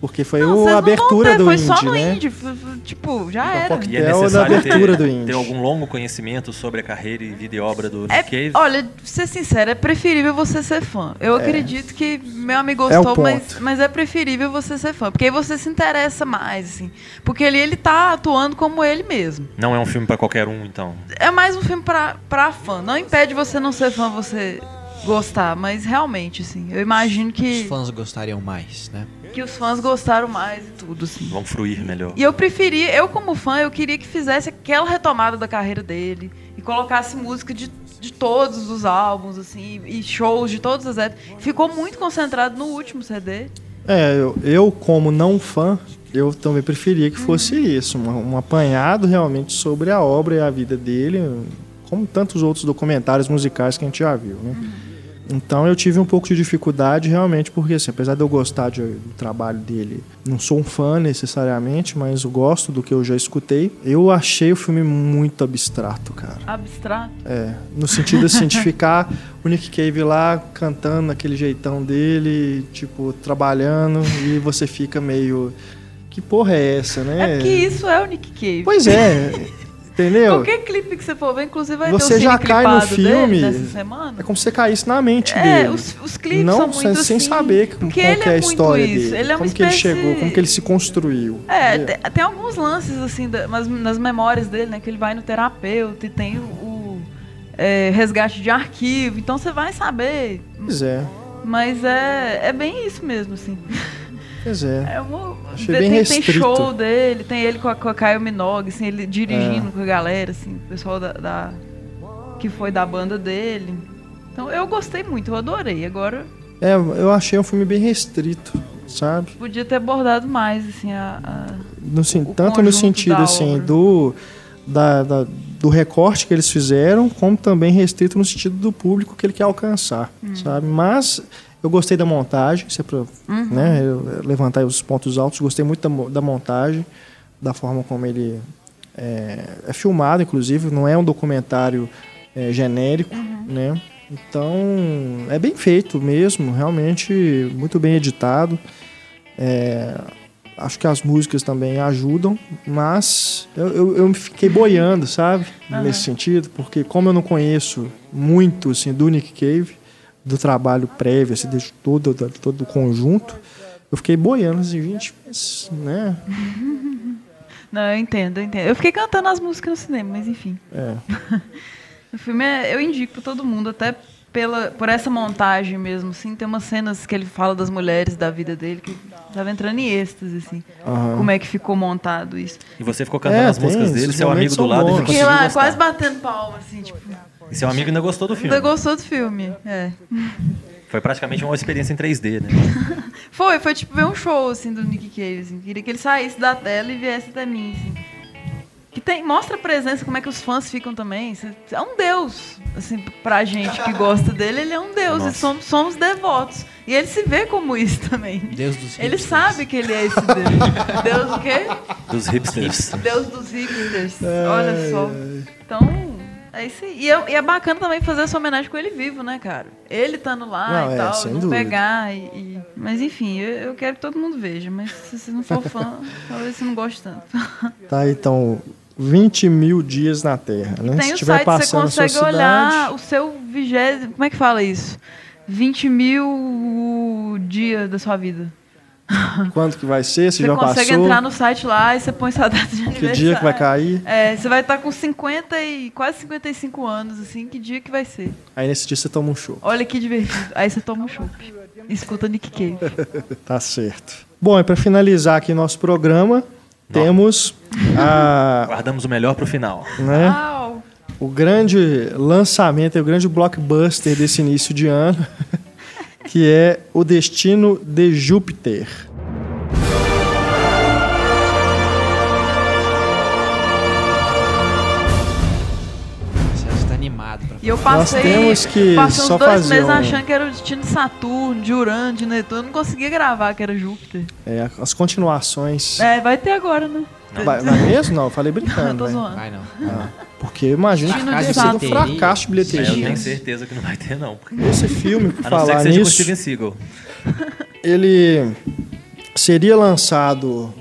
A: Porque foi
B: Não, vocês
A: a
B: não
A: abertura
B: vão ter,
A: do
B: foi
A: Indy,
B: só no
A: né?
B: indie, f- f- tipo, já
A: Então,
B: era.
A: qualquer-
C: E
A: É o da
C: é necessário
A: abertura do Indy.
C: ter, ter algum longo conhecimento sobre a carreira e vida e obra do Nick
B: É,
C: Cave.
B: olha, pra ser sincero, é preferível você ser fã. Eu acredito que meu amigo
A: É o
B: gostou,
A: ponto.
B: mas, mas é preferível você ser fã. Porque aí você se interessa mais, assim. Porque ele, ele tá atuando como ele mesmo.
C: Não é um filme pra qualquer um, então.
B: É mais um filme pra, pra fã. Não impede você não ser fã, você gostar. Mas realmente, assim, eu imagino
D: Os
B: que,
D: fãs gostariam mais, né?
B: que os fãs gostaram mais e tudo, assim.
C: Vão fruir melhor.
B: E eu preferi, eu como fã, eu queria que fizesse aquela retomada da carreira dele e colocasse música de, de todos os álbuns, assim, e shows de todas as épocas. Ficou muito concentrado no último CD.
A: É, eu, eu, como não fã, eu também preferia que fosse isso, um, um apanhado realmente sobre a obra e a vida dele, como tantos outros documentários musicais que a gente já viu, né? Então eu tive um pouco de dificuldade realmente, porque assim, apesar de eu gostar de- do trabalho dele, não sou um fã necessariamente, mas eu gosto do que eu já escutei. Eu achei o filme muito abstrato, cara.
B: Abstrato.
A: É, no sentido assim, de ficar o Nick Cave lá cantando aquele jeitão dele, tipo, trabalhando, e você fica meio. Que porra é essa,
B: É,
A: né?
B: porque isso é o Nick Cave.
A: Pois é, entendeu?
B: Qualquer clipe que você for ver, inclusive vai ter
A: Você
B: um
A: já
B: cine
A: cai no
B: clipado
A: filme.
B: dele nessa
A: É
B: semana.
A: como se você caísse na mente
B: É,
A: dele.
B: os, os clipes
A: não
B: são
A: sem,
B: muito
A: sem
B: assim,
A: saber como
B: porque
A: como
B: ele
A: que é a
B: muito
A: história
B: isso,
A: dele.
B: Ele é uma
A: como que ele
B: espécie-
A: chegou, como que ele se construiu.
B: É,
A: entendeu?
B: te- tem alguns lances, assim, da- mas- nas memórias dele, né? Que ele vai no terapeuta e tem o, o, é, resgate de arquivo. Então você vai saber.
A: Pois é,
B: Mas é, é bem isso mesmo, assim.
A: pois é.
B: É uma,
A: Achei bem
B: tem, tem
A: restrito.
B: show dele, tem ele com a, com a Caio Minogue, assim, ele
A: É.
B: dirigindo com a galera, assim, o pessoal da, da- que foi da banda dele. Então eu gostei muito, eu adorei. Agora
A: É, eu achei um filme bem restrito, sabe?
B: podia ter abordado mais, assim, a- a...
A: no sen-
B: o
A: tanto no
B: conjunto
A: sentido
B: da
A: assim
B: obra.
A: do da, da- do recorte que eles fizeram, como também restrito no sentido do público que ele quer alcançar,
B: Hum.
A: sabe? Mas eu gostei da montagem, isso é pra,
B: Uhum.
A: né, eu- eu levantar os pontos altos. Gostei muito da, mo- da montagem, da forma como ele eh,
B: Uhum.
A: é, é filmado, inclusive. Não é um documentário é, eh, genérico, né? Então, é bem feito mesmo, realmente muito bem editado. É, acho que as músicas também ajudam, mas eu, eu, eu fiquei boiando, sabe? Nesse sentido, porque como eu não conheço muito assim, do Nick Cave, do trabalho prévio, assim, de todo, da- todo o conjunto, eu fiquei boiando, assim, gente, mas, né?
B: Não, eu entendo, eu entendo. Eu fiquei cantando as músicas no cinema, mas enfim.
A: É.
B: O filme é- eu indico pra todo mundo, até pela, por essa montagem mesmo, assim, tem umas cenas que ele fala das mulheres, da vida dele, que tava entrando em êxtase, assim. Como é que ficou montado isso.
C: E você ficou cantando
A: É,
C: as
A: tem,
C: músicas
A: esses
C: dele, seu amigo
A: momentos
C: do
A: são
C: lado,
A: bons.
C: ele
B: Fiquei
C: conseguiu
B: lá,
C: gostar.
B: quase batendo palma, assim, tipo,
C: E seu amigo ainda gostou do
B: ainda
C: filme.
B: gostou do filme. É.
C: Foi praticamente uma experiência em 3D, né?
B: Foi, foi tipo ver um show, assim, do Nick Cave, assim. Queria que ele saísse da tela e viesse até mim, assim. Que tem, mostra a presença, como é que os fãs ficam também. Cê- É um deus, assim, pra gente que gosta dele, ele é um deus.
C: Nossa.
B: E somos, somos devotos. E ele se vê como isso também.
D: Deus dos
B: Ele
D: hipsters.
B: sabe que ele é esse deus. deus do quê?
C: Dos hipsters.
B: Deus dos hipsters. Olha só. Então, é isso aí. E é, e é bacana também fazer essa homenagem com ele vivo, né, cara? Ele estando lá
A: Não,
B: e
A: é,
B: tal,
A: sem
B: não
A: dúvida.
B: pegar. E, e- Mas enfim, eu, eu quero que todo mundo veja. Mas se você não for fã, talvez você não goste tanto.
A: Tá, então, 20 mil dias na Terra, né?
B: Tem
A: Se
B: o
A: tiver
B: site, você
A: passando na sua
B: consegue
A: cidade,
B: olhar o seu vigésimo. Como é que fala isso? 20 mil dias da sua vida.
A: quanto que vai ser, se
B: Você
A: já
B: consegue
A: passou,
B: entrar no site lá e você põe sua data de
A: que
B: aniversário.
A: dia que vai cair.
B: É, você vai estar com 50 e quase 55 anos, assim, que dia que vai ser?
A: Aí nesse dia você toma um show.
B: Olha que divertido. Aí você toma um chopp. Escuta Nick Cave.
A: Tá certo. Bom, e para finalizar aqui nosso programa, temos a,
C: Guardamos o melhor pro final.
A: né,
B: Uau!
A: o grande lançamento, o grande blockbuster desse início de ano, que é O Destino de Júpiter.
D: Você tá animado pra
B: E eu passei,
A: temos que
B: passei uns
A: só
B: dois
A: fazer
B: meses
A: um-
B: achando que era o destino de Saturno, de Urano, de Netuno. Não conseguia gravar que era Júpiter.
A: É, as continuações.
B: É, vai ter agora, né?
A: Vai, vai mesmo? Não, eu falei
B: Não,
A: brincando.
B: tô
A: né?
B: zoando.
D: Ai, não.
A: Porque imagino que
B: Destino
A: tenha
B: de
A: sido um
D: Saturno.
A: fracasso de
C: É, eu
A: bilheteria.
C: tenho certeza que não vai ter, não. porque-
A: Esse filme, por
C: A não ser que
A: falar
C: seja com o
A: nisso,
C: Steven Seagal.
A: ele seria lançado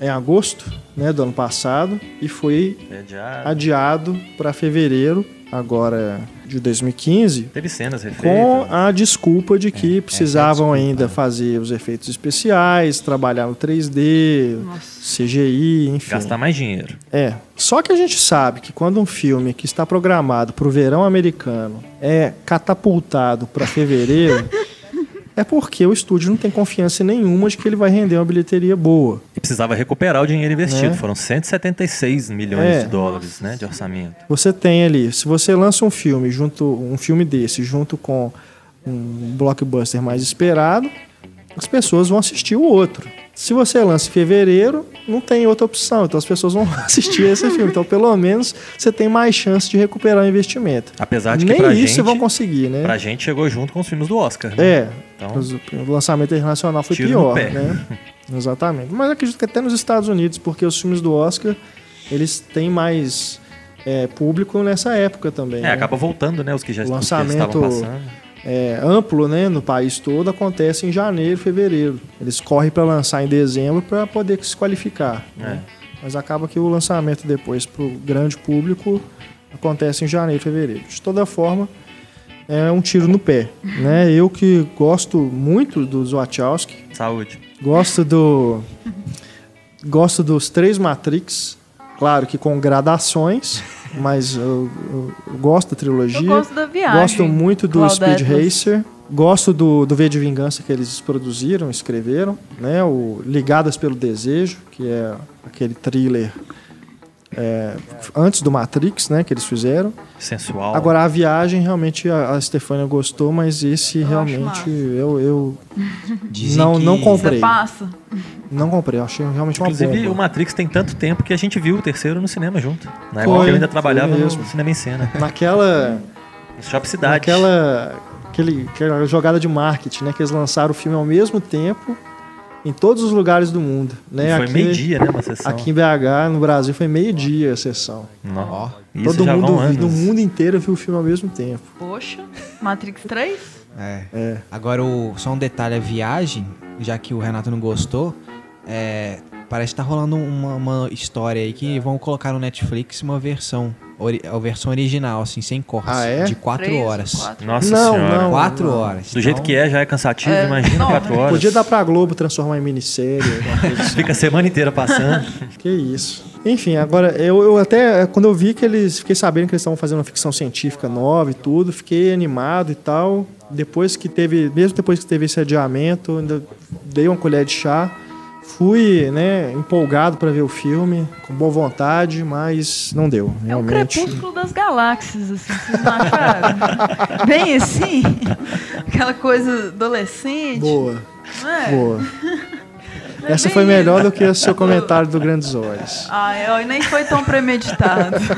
A: em agosto né, do ano passado e foi
C: É, já
A: adiado para fevereiro agora de 2015
C: teve cenas
A: com
C: refeitas.
A: a desculpa de que precisavam ainda fazer os efeitos especiais, trabalhar no 3D, CGI, enfim.
C: Gastar mais dinheiro.
A: É. Só que a gente sabe que quando um filme que está programado para o verão americano é catapultado para fevereiro, é porque o estúdio não tem confiança nenhuma de que ele vai render uma bilheteria boa.
C: E precisava recuperar o dinheiro investido.
A: Né?
C: Foram 176 milhões
A: É.
C: de dólares né, de orçamento.
A: Você tem ali, se você lança um filme junto, um filme desse junto com um blockbuster mais esperado, as pessoas vão assistir o outro. Se você lança em fevereiro, não tem outra opção, então as pessoas vão assistir esse filme. Então, pelo menos, você tem mais chance de recuperar o investimento.
C: Apesar de que
A: Nem
C: pra
A: isso
C: gente-
A: vão conseguir, né?
C: Pra gente chegou junto com os filmes do Oscar. né?
A: É,
C: Então-
A: os- o lançamento internacional foi
C: Tiro
A: pior,
C: no pé.
A: né? Exatamente. Mas acredito que até nos Estados Unidos, porque os filmes do Oscar, eles têm mais é, público nessa época também.
C: É,
A: né?
C: acaba voltando, né? Os que já, os que já
A: Lançamento-
C: estavam passando.
A: É, amplo, né, no país todo, acontece em janeiro, fevereiro. Eles correm para lançar em dezembro para poder se qualificar. né?
C: É.
A: Mas acaba que o lançamento depois para o grande público acontece em janeiro, fevereiro. De toda forma, é um tiro no pé. Né? Eu que gosto muito dos Wachowski,
C: Saúde.
A: Gosto do. Gosto dos três Matrix. Claro que com gradações, mas eu, eu- eu gosto da trilogia.
B: Eu gosto da viagem,
A: Gosto muito do
B: Claudette.
A: Speed Racer. Gosto do, do V de Vingança que eles produziram, escreveram, né? O Ligadas pelo Desejo, que é aquele thriller é, antes do Matrix, né? Que eles fizeram.
C: Sensual.
A: Agora, a viagem, realmente, a, a Stefania gostou, mas esse realmente
B: massa.
A: eu, eu
D: Dizem
A: Não-
D: que
A: não comprei.
B: Você passa.
A: não comprei. Eu achei realmente uma
C: Inclusive,
A: bomba.
C: o Matrix tem tanto tempo que a gente viu o terceiro no cinema junto.
A: Foi,
C: Na época eu ainda
A: foi
C: trabalhava no
A: mesmo.
C: cinema em cena.
A: Naquela,
C: No Shop Cidade.
A: naquela aquele, aquela jogada de marketing, né? Que eles lançaram o filme ao mesmo tempo em todos os lugares do mundo. Né?
C: Foi
A: Aqui-
C: meio-dia, né, uma sessão.
A: Aqui em BH, no Brasil, foi meio-dia a sessão.
C: Não.
D: Ó.
C: Isso
A: Todo
C: já
A: mundo
C: vão
A: vi-
C: anos.
A: no mundo inteiro viu o filme ao mesmo tempo.
B: Poxa, Matrix 3?
D: É.
A: É.
D: Agora, o- só um detalhe, a viagem, já que o Renato não gostou, é, parece que tá rolando uma, uma história aí
A: É.
D: que vão colocar no Netflix uma versão, ori- a versão original, assim, sem cortes,
A: Ah, é?
D: de 4
B: Três,
D: horas.
B: quatro.
C: Nossa
A: Não,
C: senhora.
A: não.
D: 4 horas. Então,
C: Do jeito que é, já é cansativo,
B: É,
C: imagina
B: não,
C: quatro horas.
A: Podia dar pra Globo transformar em minissérie. alguma coisa assim.
C: Fica a semana inteira passando.
A: que isso. Enfim, agora, eu, eu até, eh, quando eu vi que eles, fiquei sabendo que eles estavam fazendo uma ficção científica nova e tudo, fiquei animado e tal. Depois que teve, mesmo depois que teve esse adiamento, ainda dei uma colher de chá. Fui, né, empolgado pra ver o filme, com boa vontade, mas não deu.
B: É o
A: Realmente.
B: crepúsculo das galáxias, assim, vocês não acharam? Bem assim, aquela coisa adolescente,
A: Boa,
B: não é?
A: boa.
B: Não é
A: Essa
B: bem
A: foi
B: isso.
A: melhor do que o seu comentário do Grandes Olhos.
B: Ah, eu nem foi tão premeditado,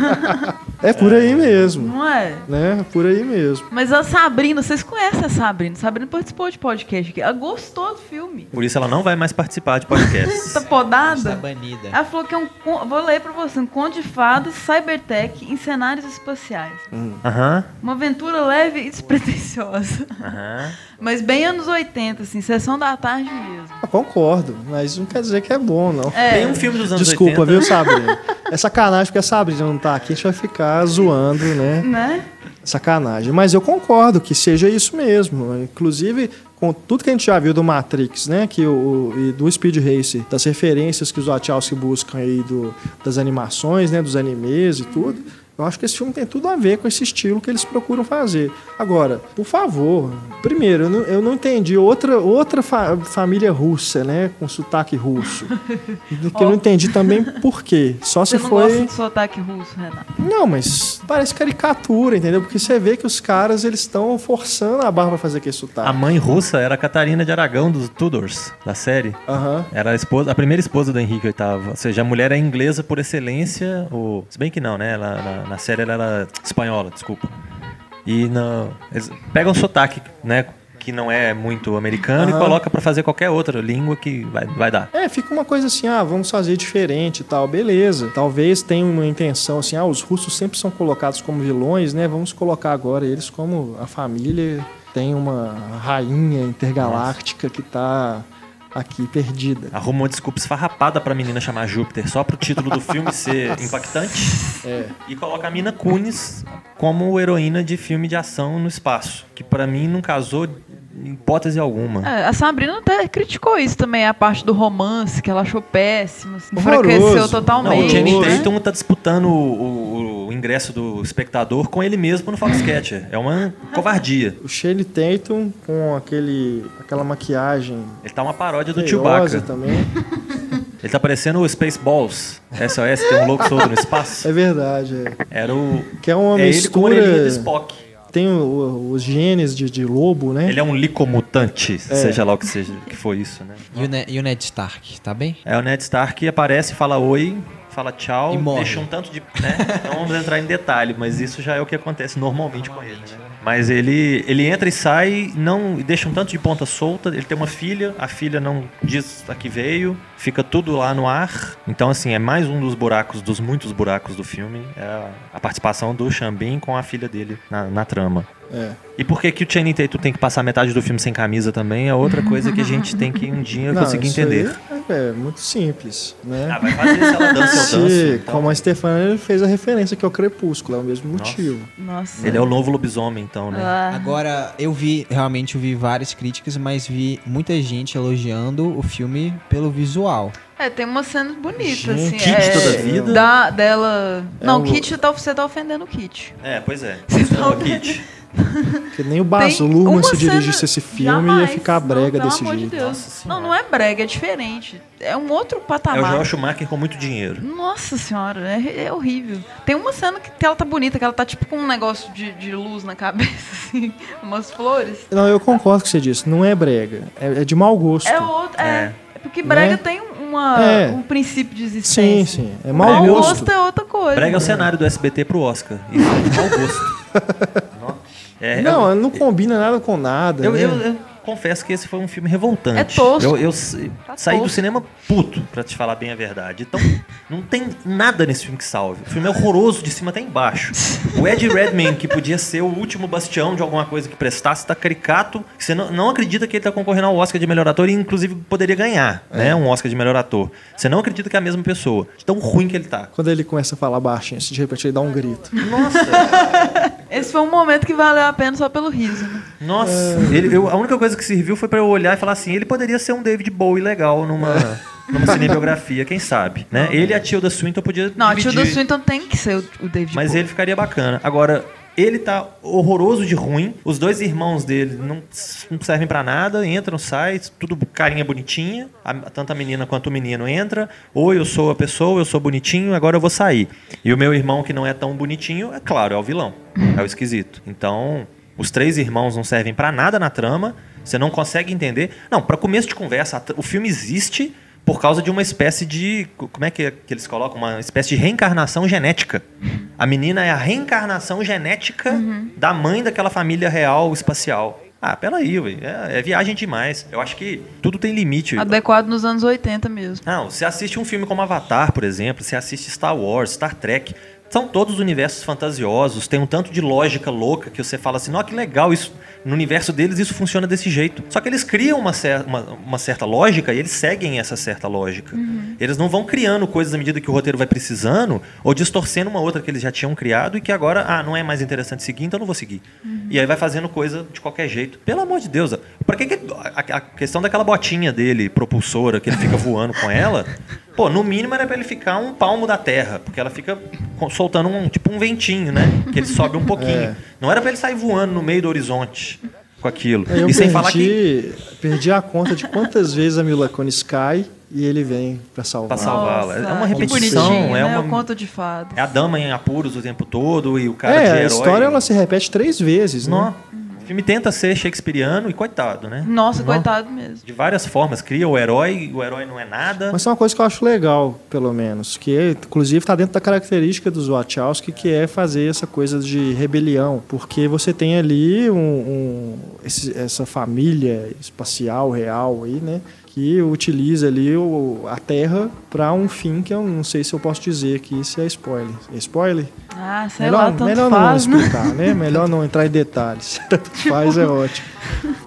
A: É por aí mesmo,
B: não é?
A: né? É por aí mesmo.
B: Mas a Sabrina, vocês conhecem a Sabrina? Sabrina participou de podcast aqui. Ela gostou do filme.
C: Por isso ela não vai mais participar de podcasts.
B: Tá
C: é.
B: podada?
D: banida.
B: Ela falou que é um. con- Vou ler pra você: um conto de fadas, cybertech em cenários espaciais.
A: Hum.
C: Aham.
B: Uma aventura leve e despretensiosa. É.
C: Aham.
B: Mas bem anos 80, assim, sessão da tarde mesmo.
A: Eu Ah, concordo, mas não quer dizer que é bom, não.
B: É,
C: Tem um filme dos anos
A: Desculpa,
C: 80.
A: viu, Sabrina? É sacanagem porque a Sabrina não tá aqui, a gente vai ficar zoando, né?
B: né?
A: Sacanagem. Mas eu concordo que seja isso mesmo. Inclusive, com tudo que a gente já viu do Matrix, né? Que o, o- e do Speed Racer, das referências que os Wachowski buscam aí do, das animações, né? Dos animes e tudo. Eu acho que esse filme tem tudo a ver com esse estilo que eles procuram fazer. Agora, por favor, primeiro, eu não, eu não entendi outra, outra fa- família russa, né? Com sotaque russo. que eu não entendi também por quê. Só
B: Você
A: se
B: não
A: foi.
B: gosta de sotaque russo, Renato.
A: Não, mas parece caricatura, entendeu? Porque você vê que os caras eles estão forçando a barra pra fazer aquele
C: A
A: sotaque.
C: mãe russa era a Catarina de Aragão dos Tudors, da série.
A: Aham.
C: Era a, esposa, a primeira esposa do Henrique VIII. Ou seja, a mulher é inglesa por excelência. Ou, se bem que não, né? Ela, na, na série ela era espanhola, desculpa. E na- eles pegam um sotaque, né? Que não é muito americano e
A: Aham.
C: coloca pra fazer qualquer outra língua que vai, vai dar.
A: É, fica uma coisa assim, ah, vamos fazer diferente e tal, beleza. Talvez tenha uma intenção assim, ah, os russos sempre são colocados como vilões, né? Vamos colocar agora eles como a família tem uma rainha intergaláctica que tá aqui perdida.
C: Arruma uma desculpa esfarrapada pra menina chamar Júpiter só pro título do filme ser impactante. E coloca a Mina Kunis como heroína de filme de ação no espaço. Que pra mim não casou em hipótese alguma.
B: É, a Sabrina até criticou isso também, a parte do romance, que ela achou péssimo, assim,
A: Horroroso.
B: enfraqueceu
C: Não, o
B: totalmente.
C: Channing
A: Horroroso.
B: né?
C: Tatum tá disputando o, o- o ingresso do espectador com ele mesmo no Foxcatcher. É uma covardia.
A: O Shane Tatum com aquele aquela maquiagem
C: Ele tá uma paródia do
A: feiosa tá.
C: Chewbacca.
A: também.
C: Ele tá parecendo o Spaceballs. SOS, tem um louco solto no espaço.
A: É verdade, é.
C: Era o...
A: Que é uma
C: é ele com a
A: mistura.
C: orelhinha de Spock.
A: tem o- o- os genes de, de lobo, né?
C: Ele é um licomutante,
A: É.
C: seja lá o que seja que foi isso, né?
D: E o, Ne- e o Ned Stark, tá bem?
C: É o Ned Stark aparece, fala oi, fala tchau,
D: E morre.
C: deixa um tanto de. né? Não vamos entrar em detalhe, mas isso já é o que acontece normalmente, com ele. né? Mas ele, ele entra e sai, não e deixa um tanto de ponta solta. Ele tem uma filha, a filha não diz a que veio, fica tudo lá no ar. Então, assim, é mais um dos buracos, dos muitos buracos do filme, é a- a participação do Xambin com a filha dele na- na trama.
A: É.
C: E por que, que o Channing Tatum tem que passar metade do filme sem camisa também é outra coisa que a gente tem que um dia
A: Não,
C: conseguir
A: isso aí
C: entender.
A: É, é muito simples, né?
C: Ah, vai fazer se ela dança, eu danço.
A: Se,
C: então.
A: como a Stefania fez a referência que é o Crepúsculo, é o mesmo motivo.
B: Nossa.
C: Ele é o novo lobisomem, então, né?
B: Ah,
D: Agora, eu vi, realmente eu vi várias críticas, mas vi muita gente elogiando o filme pelo visual.
B: É, tem umas cenas bonitas,
A: Gente,
B: assim.
C: Kit
B: é,
C: toda vida?
B: Da, dela.
A: É
B: não,
A: o-
B: Kit, tá, você tá ofendendo o Kit.
C: É, pois é.
B: Você
C: Isso é
B: tá
C: um kit.
A: Porque nem o
B: Tem
A: Baz
B: uma
A: Luhrmann se
B: cena-
A: dirigisse a esse filme ia
B: Jamais.
A: ficar brega
B: não,
A: desse
B: pelo amor de
A: jeito.
B: Deus.
C: Nossa
B: não,
C: Senhora.
B: não é brega, é diferente. É um outro
C: É o
B: patamar.
C: Joel Schumacher com muito dinheiro.
B: Nossa senhora, é, é horrível. Tem uma cena que ela tá bonita, que ela tá tipo com um negócio de, de luz na cabeça, assim, umas flores.
A: Não, eu concordo com o que você disse, não é brega, é, é de mau gosto.
B: É outro. É. é porque
A: Né?
B: brega tem uma,
A: É.
B: um princípio de
A: Sim,
B: existência.
A: sim, é
B: Mau
A: mau gosto.
B: gosto é outra coisa.
C: Prega o cenário do SBT pro Oscar. Isso é de mau gosto. Nó. É,
A: Não, não combina nada com nada.
C: eu, eu,
A: né?
C: eu, eu- confesso que esse foi um filme revoltante.
B: É tosco.
C: Eu, eu s-
B: Tá
C: saí do
B: tosco.
C: cinema puto, pra te falar bem a verdade. Então, não tem nada nesse filme que salve. O filme é horroroso de cima até embaixo. O Ed Redman, que podia ser o último bastião de alguma coisa que prestasse, tá caricato. Você não, não acredita que ele tá concorrendo ao Oscar de melhor ator e, inclusive, poderia ganhar né, um Oscar de melhor ator. Você não acredita que é a mesma pessoa. De tão ruim que ele tá.
A: Quando ele começa a falar baixinho, assim, de repente ele dá um grito.
B: Esse foi um momento que valeu a pena só pelo riso, né?
C: Nossa, É. ele- eu- a única coisa que serviu foi pra eu olhar e falar assim, ele poderia ser um David Bowie legal numa, numa cinebiografia, quem sabe, né? Ele e a Tilda Swinton podia
B: Não, a
C: dividir,
B: tio do Swinton tipo, tem que ser o, o David
C: mas
B: Bowie.
C: ele ficaria bacana. Agora, ele tá horroroso de ruim, os dois irmãos dele não, não servem pra nada, entram, saem, tudo carinha bonitinha, a- tanto a menina quanto o menino entra, ou eu sou a pessoa, eu sou bonitinho, agora eu vou sair. E o meu irmão que não é tão bonitinho, é claro, é o vilão, é o esquisito. Então, os três irmãos não servem pra nada na trama, você não consegue entender. Não, pra começo de conversa, a tr- o filme existe por causa de uma espécie de. co- Como é que, é que eles colocam? Uma espécie de reencarnação genética. A menina é a reencarnação genética da mãe daquela família real espacial. Ah, peraí, ué, é, é viagem demais. Eu acho que tudo tem limite.
B: Adequado nos anos 80 mesmo.
C: Não, você assiste um filme como Avatar, por exemplo, você assiste Star Wars, Star Trek. São todos universos fantasiosos, tem um tanto de lógica louca que você fala assim, ó, que legal isso. No universo deles isso funciona desse jeito. Só que eles criam uma, cer- uma- uma certa lógica e eles seguem essa certa lógica. Eles não vão criando coisas à medida que o roteiro vai precisando ou distorcendo uma outra que eles já tinham criado e que agora, ah, não é mais interessante seguir, então eu não vou seguir.
B: Uhum.
C: E aí vai fazendo coisa de qualquer jeito. Pelo amor de Deus, pra que, que a, a questão daquela botinha dele, propulsora, que ele fica voando com ela, pô, no mínimo era pra ele ficar um palmo da terra, porque ela fica co- soltando um tipo um ventinho, né? Que ele sobe um pouquinho.
A: É.
C: Não era pra ele sair voando no meio do horizonte com aquilo.
A: Aí É, Eu
C: e sem
A: perdi,
C: falar que
A: perdi a conta de quantas vezes a Mila Kunis cai e ele vem pra salvar.
C: Pra salvar. Salvá-la. É uma repetição,
B: Que bonitinho,
C: é
B: né?
C: uma-
B: O conto de fada.
C: é a dama em apuros o tempo todo e o cara de
A: É,
C: herói.
A: a história ela se repete três vezes,
C: Nó.
A: né?
C: O filme tenta ser shakespeariano e coitado, né?
B: Nossa,
C: Nó.
B: coitado mesmo.
C: De várias formas, cria o herói, o herói não é nada.
A: Mas é uma coisa que eu acho legal, pelo menos, que é, inclusive está dentro da característica dos Wachowski, que é fazer essa coisa de rebelião, porque você tem ali um, um- esse- essa família espacial real aí, né? Que utiliza ali o- a Terra para um fim que eu não sei se eu posso dizer aqui se é spoiler. É spoiler?
B: Ah, sei
A: melhor
B: lá, tanto
A: melhor
B: faz,
A: não
B: né?
A: explicar, né? Melhor não entrar em detalhes. Tanto faz é ótimo.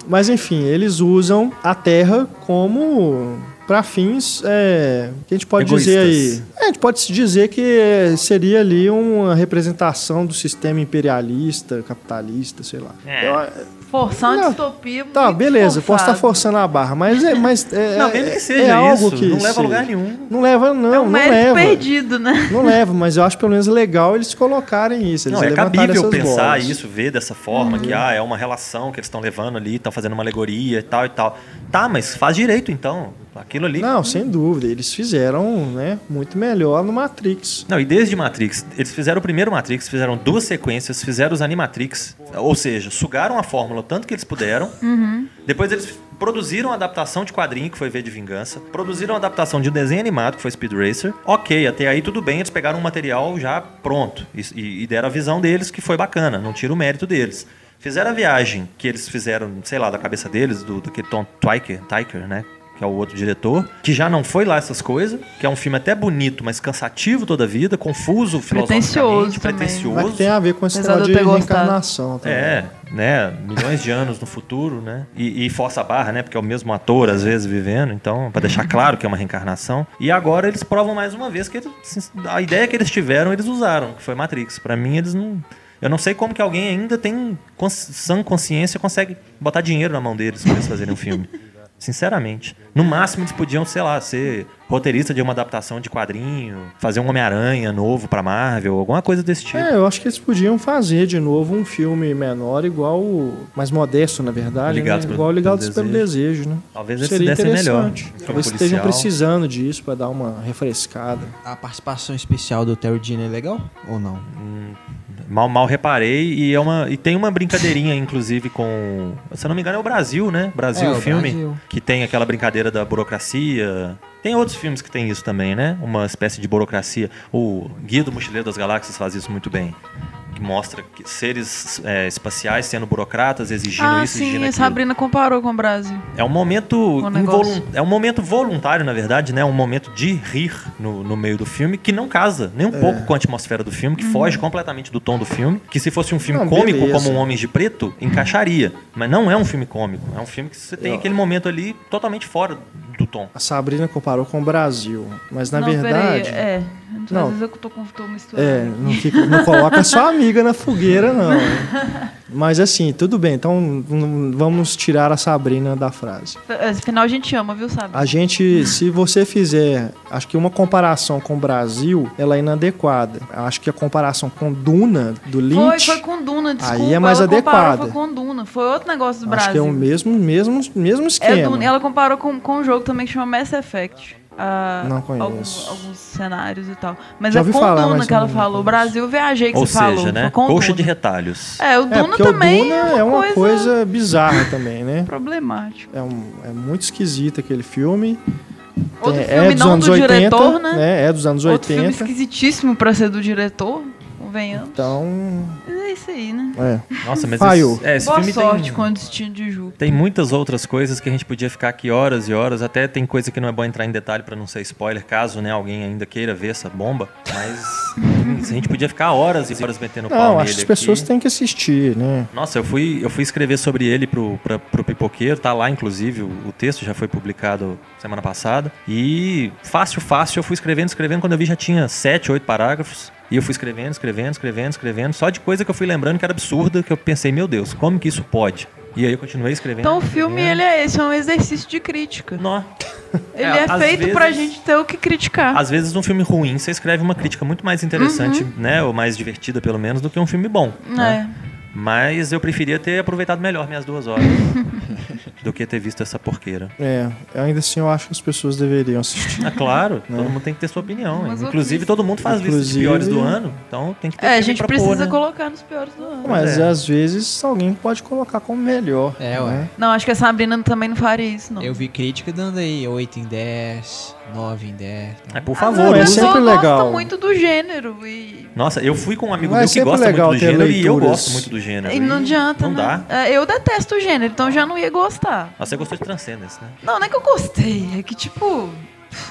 A: Mas enfim, eles usam a Terra como para fins é, que a gente pode dizer aí.
C: Egoístas.
A: É, a gente pode se dizer que é, seria ali uma representação do sistema imperialista, capitalista, sei lá.
C: É.
A: Eu-
B: Forçar uma
A: Não.
B: distopia.
A: tá,
B: muito
A: beleza. Posso estar
B: forçada.
A: forçando a barra, mas é, mas é,
C: Não,
A: é-
C: mesmo que
A: é
C: seja
A: algo
C: isso,
A: que
C: não leva a
A: seja.
C: lugar nenhum.
A: Não leva, não,
B: É um
A: não
B: mérito
A: leva.
B: perdido, né?
A: Não leva, mas eu acho pelo menos legal eles colocarem isso. Eles
C: Não, é
A: levantarem
C: cabível
A: essas
C: pensar
A: bolas. Uhum.
C: isso, ver dessa forma, que ah, é uma relação que eles estão levando ali, estão fazendo uma alegoria e tal e tal. Tá, mas faz direito então. Aquilo ali.
A: Não, sem dúvida. Eles fizeram né, muito melhor no Matrix.
C: Não, e desde Matrix, eles fizeram o primeiro Matrix, fizeram duas sequências, fizeram os Animatrix, ou seja, sugaram a fórmula o tanto que eles puderam. Depois eles produziram a adaptação de quadrinho, que foi V de Vingança. Produziram a adaptação de um desenho animado, que foi Speed Racer. Ok, até aí tudo bem, eles pegaram um material já pronto e- e, e deram a visão deles, que foi bacana, não tira o mérito deles. Fizeram a viagem que eles fizeram, sei lá, da cabeça deles, do, daquele Tom Twyker, Tyker, né? que é o outro diretor, que já não foi lá essas coisas, que é um filme até bonito, mas cansativo toda a vida, confuso filosoficamente,
B: Pretencioso também.
A: Mas
C: pretencioso.
A: que tem a ver com esse
B: Apesar
A: tema
B: de
A: de
B: eu ter gostado.
A: reencarnação também.
C: É, né? Milhões de anos no futuro, né? E, e força a barra, né? Porque é o mesmo ator, às vezes, vivendo. Então, pra deixar claro que é uma reencarnação. E agora eles provam mais uma vez que eles- a ideia que eles tiveram, eles usaram, que foi Matrix. Pra mim, eles não. Eu não sei como que alguém ainda tem cons- sã consciência consegue botar dinheiro na mão deles pra eles fazerem um filme. Sinceramente. No máximo, eles podiam, sei lá, ser roteirista de uma adaptação de quadrinho, fazer um Homem-Aranha novo pra Marvel, alguma coisa desse tipo.
A: É, eu acho que eles podiam fazer de novo um filme menor, igual. o- mais modesto, na verdade.
C: Ligados
A: né?
C: pelo-
A: Igual Ligados
C: pelo
A: pelo Desejo, né?
C: Talvez eles
A: Seria
C: se dessem melhor.
A: interessante.
C: Como
A: Talvez estejam
C: policial.
A: precisando disso para dar uma refrescada.
D: A participação especial do Terry Dean é legal ou não?
C: Mal, mal reparei. E, é uma, e tem uma brincadeirinha, inclusive, com. Se eu não me engano, é o Brasil, né? Brasil,
D: É,
C: o
D: o
C: filme.
D: Brasil.
C: Que tem aquela brincadeira da burocracia. Tem outros filmes que tem isso também, né? Uma espécie de burocracia. O Guia do Mochileiro das Galáxias faz isso muito bem. que mostra que seres é, espaciais sendo burocratas, exigindo
B: ah,
C: isso,
B: sim,
C: exigindo
B: a
C: aquilo.
B: Sabrina comparou com o Brasil.
C: É um momento
B: Um negócio.
C: involun- é um momento voluntário, na verdade, né? Um momento de rir no, no meio do filme que não casa nem um
A: É.
C: pouco com a atmosfera do filme, que
B: Uhum.
C: foge completamente do tom do filme. Que se fosse um filme
A: Não,
C: cômico
A: beleza.
C: como Um Homem de Preto, encaixaria. Mas não é um filme cômico. É um filme que você tem
A: Eu-
C: aquele momento ali totalmente fora do tom.
A: A Sabrina comparou com o Brasil, mas na
B: não,
A: verdade.
B: Peraí, é.
A: Não.
B: Às vezes eu tô, com- tô misturando.
A: É, não, fica- não coloca só a amiga na fogueira, não. Mas assim, tudo bem, então n- vamos tirar a Sabrina da frase.
B: Esse final a gente ama, viu, sabe?
A: A gente, se você fizer, acho que uma comparação com o Brasil, ela é inadequada. Acho que a comparação com Duna, do
B: Foi,
A: Lynch,
B: foi com Duna, desculpa.
A: Aí é mais
B: ela comparou,
A: adequada.
B: Foi com Duna, foi outro negócio do
A: acho
B: Brasil.
A: que é o mesmo, mesmo, mesmo
B: É
A: esquema.
B: Duna. Ela comparou com, com um jogo também que chama Mass Effect. Ah,
A: Não
B: algum- Alguns,
A: conheço.
B: cenários e tal. Mas
A: Já
B: é
A: ouvi
B: com
A: falar,
B: Duna
A: mas
B: que ela
A: não
B: falou.
A: conheço.
B: O Brasil viajei que
C: Ou
B: você
C: seja,
B: falou.
C: né?
B: foi com
C: Colcha
B: Duna.
C: de retalhos.
B: É, o
A: É,
B: Duna
A: porque o
B: também
A: Duna é uma coisa... bizarra também, né?
B: problemática.
A: É, um- é muito esquisito aquele filme.
B: Outro
A: Tem-
B: filme
A: é dos
B: não
A: anos
B: do
A: 80,
B: diretor, né?
A: É dos anos
B: Outro filme
A: 80.
B: esquisitíssimo pra ser do diretor, convenhamos.
A: Então,
B: Mas é isso aí, né?
A: é.
C: Nossa, mas
A: Falhou.
C: esse, é, esse
B: Boa
C: filme
B: sorte
C: tem...
B: com o destino de Ju.
C: Tem muitas outras coisas que a gente podia ficar aqui horas e horas. Até tem coisa que não é bom entrar em detalhe pra não ser spoiler, caso né, alguém ainda queira ver essa bomba. Mas enfim, a gente podia ficar horas e horas metendo o pau
A: Não,
C: nele
A: acho que as pessoas
C: aqui.
A: têm que assistir, né?
C: Nossa, eu fui, eu fui escrever sobre ele pro, pra, pro Pipoqueiro, tá lá inclusive, o, o texto já foi publicado semana passada. E fácil, fácil, eu fui escrevendo, escrevendo, quando eu vi já tinha sete, oito parágrafos. E eu fui escrevendo, escrevendo, escrevendo, escrevendo, só de coisa que eu fui lembrando que era absurda, que eu pensei, meu Deus, como que isso pode? E aí eu continuei escrevendo.
B: Então o filme,
C: escrevendo.
B: ele é esse, é um exercício de crítica.
C: Nó.
B: Ele é,
C: às
B: feito pra
C: vezes-
B: gente ter o que criticar.
C: Às vezes um filme ruim você escreve uma crítica muito mais interessante, né? Ou mais divertida, pelo menos, do que um filme bom. né?
B: Uhum. É.
C: Mas eu preferia ter aproveitado melhor minhas duas horas do que ter visto essa porqueira.
A: É, ainda assim eu acho que as pessoas deveriam assistir.
C: Ah, claro, todo mundo tem que ter sua opinião. hein?
B: Mas
C: Inclusive, todo mundo faz listas de
A: Né? Inclusive-
C: piores do ano, então tem que ter
B: É, a
C: filme
B: gente
C: pra
B: precisa
C: pôr, né?
B: colocar nos piores do ano.
A: Mas
C: é.
A: às vezes alguém pode colocar como melhor.
D: É, ué.
A: né?
B: Não, acho que a Sabrina também não faria isso, não.
D: Eu vi crítica dando aí 8 em 10, 9 em 10. então-
C: É, por
B: Ah,
C: favor,
A: não, é
B: o
C: usa.
A: sempre
B: pessoal
A: legal.
B: gosta muito do gênero e...
C: Nossa, eu fui com um amigo
A: Mas
C: meu
A: é
C: que
A: sempre
C: gosta
A: legal
C: muito do
A: ter
C: gênero e eu
A: leituras.
C: gosto muito do gênero.
B: e não adianta,
C: Não
B: né?
C: dá.
B: É, Eu detesto o gênero, então já não ia gostar.
C: Nossa, você gostou de Transcendence, né?
B: Não, não é que eu gostei, é que, tipo,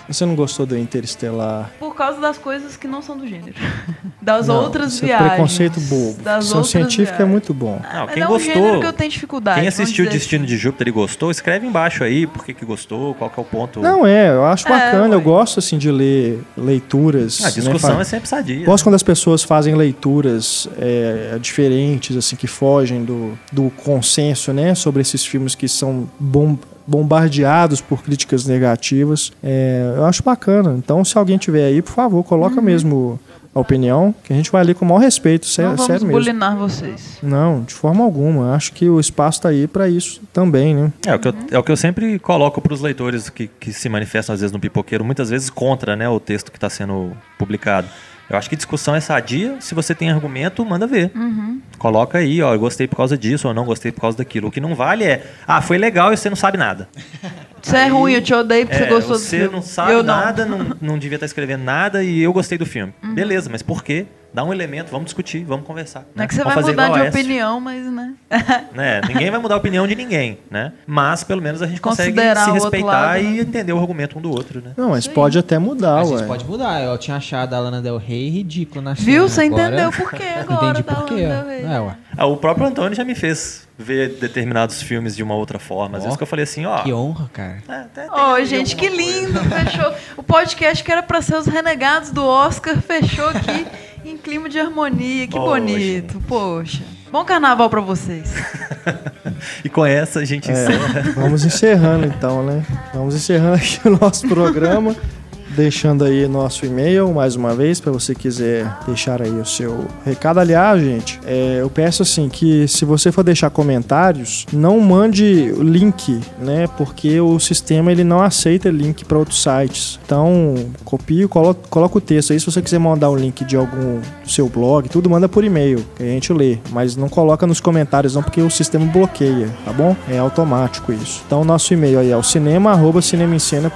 A: Você não gostou do Interestelar?
B: por causa das coisas que não são do gênero. Das
A: Não,
B: outras
A: isso é
B: viagens.
A: preconceito bobo.
B: Das
A: Ficção
B: outras
A: científica é
B: viagens.
A: muito bom.
C: Não,
B: Mas
C: quem
B: é um
C: gostou-
B: gênero que eu tenho dificuldade.
C: Quem
B: vamos
C: assistiu
B: dizer
C: Destino
B: assim.
C: de Júpiter e gostou, escreve embaixo aí por que que gostou, qual que é o ponto.
A: Não, é, eu acho
B: É,
A: bacana, eu
B: ué.
A: gosto assim de ler leituras.
C: A discussão
A: né,
C: é sempre sadia.
A: Gosto quando as pessoas fazem leituras é, diferentes, assim, que fogem do, do consenso, né? Sobre esses filmes que são bom- bombardeados por críticas negativas. É, eu acho bacana. Então, se alguém tiver aí, por favor, coloca
B: Uhum.
A: mesmo a opinião, que a gente vai ler com o maior respeito, sé-
B: Não vamos
A: sério mesmo.
B: bulinar vocês.
A: Não, de forma alguma. Acho que o espaço tá aí para isso também, né?
C: É, o que eu, é o que eu sempre coloco para os leitores que, que se manifestam às vezes no pipoqueiro, muitas vezes contra né, o texto que está sendo publicado. Eu acho que discussão é sadia, se você tem argumento, manda ver.
B: Uhum.
C: Coloca aí, ó, eu gostei por causa disso, ou não gostei por causa daquilo. O que não vale é, ah, foi legal e você não sabe nada.
B: Você é ruim, eu te odeio porque
C: É,
B: você gostou do
C: você
B: filme.
C: não sabe
B: eu não. Uhum.
C: nada, não, não devia estar escrevendo nada e eu gostei do filme. Beleza, mas por quê? Dá um elemento, vamos discutir, vamos conversar.
B: Não
C: né?
B: é que você
C: Vamos
B: vai
C: fazer
B: mudar
C: igual
B: de
C: a Esther.
B: opinião, mas, né?
C: né? Ninguém vai mudar a opinião de ninguém, né? Mas pelo menos a gente consegue
B: Considerar
C: se
B: o outro
C: respeitar
B: lado, né?
C: e entender o argumento um do outro, né?
A: Não, mas pode até mudar,
D: Às
A: ué.
D: vezes pode mudar. Eu tinha achado a Lana Del Rey ridícula na cena.
B: Viu? Você
D: Agora-
B: entendeu por quê agora
D: Entendi
B: da
D: por quê.
B: Lana Del
D: ó.
B: Rey.
D: É, ué.
C: Ah, o próprio Antônio já me fez ver determinados filmes de uma outra forma. Às
D: Ó.
C: vezes que eu falei assim, ó.
D: Que honra, cara.
C: é, até tem
B: Ô,
C: aí
B: gente, que
C: alguma coisa.
B: lindo! Fechou. O podcast que era pra ser os renegados do Oscar fechou aqui em clima de harmonia. Que
C: Ô,
B: bonito,
C: gente.
B: poxa. Bom carnaval pra vocês.
C: E com essa a gente encerra.
A: Vamos encerrando então, né? Vamos encerrando aqui o nosso programa, deixando aí nosso e-mail mais uma vez para você quiser deixar aí o seu recado. Aliás, gente, é, eu peço assim que se você for deixar comentários, não mande o link, né? Porque o sistema ele não aceita link para outros sites. Então copia, e colo- coloca o texto aí. Se você quiser mandar um link de algum do seu blog, tudo manda por e-mail que a gente lê, mas não coloca nos comentários não, porque o sistema bloqueia, tá bom? É automático isso. Então nosso e-mail aí é o cinema@cinemaencena.com.br.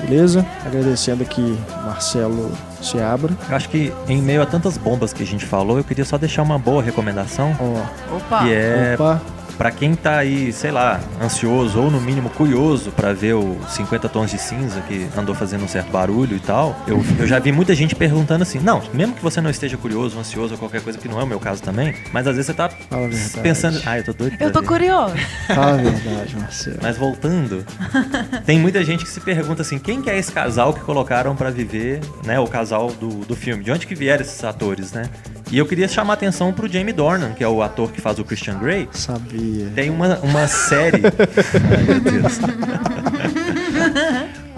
A: Beleza? Agradecendo aqui Marcelo Seabra.
C: Eu acho que em meio a tantas bombas que a gente falou, eu queria só deixar uma boa recomendação,
A: Ó,
B: Opa!
C: que é
A: opa.
C: Pra quem tá aí, sei lá, ansioso ou no mínimo curioso pra ver o 50 Tons de Cinza que andou fazendo um certo barulho e tal, eu, eu já vi muita gente perguntando assim: não, mesmo que você não esteja curioso, ansioso ou qualquer coisa, que não é o meu caso também, mas às vezes você tá
A: a verdade.
C: pensando. Ah, eu tô doido. pra
B: Eu tô
C: ver."
B: curiosa.
A: Fala a verdade, Marcelo.
C: Mas voltando, tem muita gente que se pergunta assim: quem que é esse casal que colocaram pra viver, né? O casal do, do filme? De onde que vieram esses atores, né? E eu queria chamar a atenção pro Jamie Dornan, que é o ator que faz o Christian Grey.
A: Sabia.
C: Tem uma, uma série. Ai, meu Deus.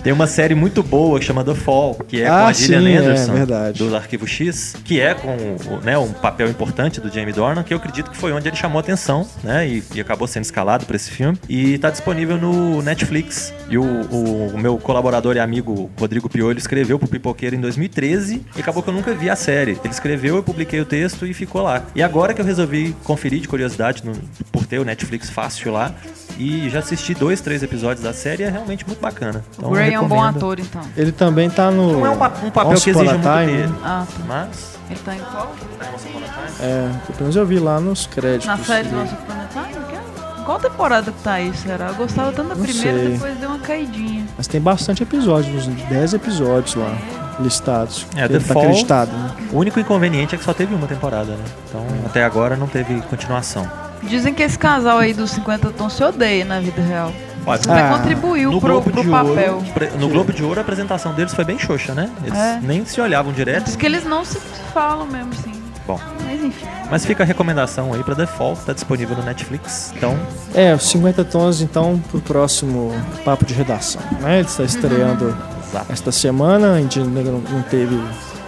C: Tem uma série muito boa que chama The Fall, que é com
A: Ah,
C: a Gillian
A: sim, é,
C: Anderson,
A: verdade.
C: do Arquivo X, que é com o- né, um papel importante do Jamie Dornan, que eu acredito que foi onde ele chamou atenção, né? E, e acabou sendo escalado para esse filme. E tá disponível no Netflix. E o, o- o meu colaborador e amigo Rodrigo Piolho escreveu pro Pipoqueiro em 2013 e acabou que eu nunca vi a série. Ele escreveu, eu publiquei o texto e ficou lá. E agora que eu resolvi conferir de curiosidade, no- por ter o Netflix fácil lá, e já assisti dois, três episódios da série, é realmente muito bacana.
B: o Gray é um bom
C: recomendo.
B: ator, então.
A: Ele também tá no.
C: Não é um, pa- um papel
A: Once
C: que
A: Upon
C: exige
A: a
C: muito
A: Time, né?
C: dele.
B: Ah, tá.
C: Mas.
B: Ele tá em qual?
A: É, pelo menos eu vi lá nos créditos. né?
B: Na série do
A: dele.
B: Nosso Planetário? Que é- Em Qual temporada que tá isso, será? Eu gostava tanto da
A: Não
B: primeira,
A: sei.
B: depois deu uma caidinha.
A: Mas tem bastante episódios, uns 10 episódios lá listados.
C: É,
A: Ele
C: The
A: tá
C: Fall.
A: acreditado, né?
C: O único inconveniente é que só teve uma temporada, né? Então até agora não teve continuação.
B: Dizem que esse casal aí dos 50 tons se odeia na vida real.
A: Ah,
B: Isso até contribuiu pro, pro papel.
C: Ouro, pre- no Globo de Ouro a apresentação deles foi bem xoxa, né? Eles
B: É.
C: nem se olhavam direto.
B: Diz que eles não se falam mesmo, assim.
C: Bom,
B: Mas enfim. é
C: mas fica a recomendação aí pra Default, tá disponível no Netflix. Então,
A: É, os 50 tons então pro próximo papo de redação, né? Ele está estreando
C: exato.
A: esta semana, a gente ainda não, não teve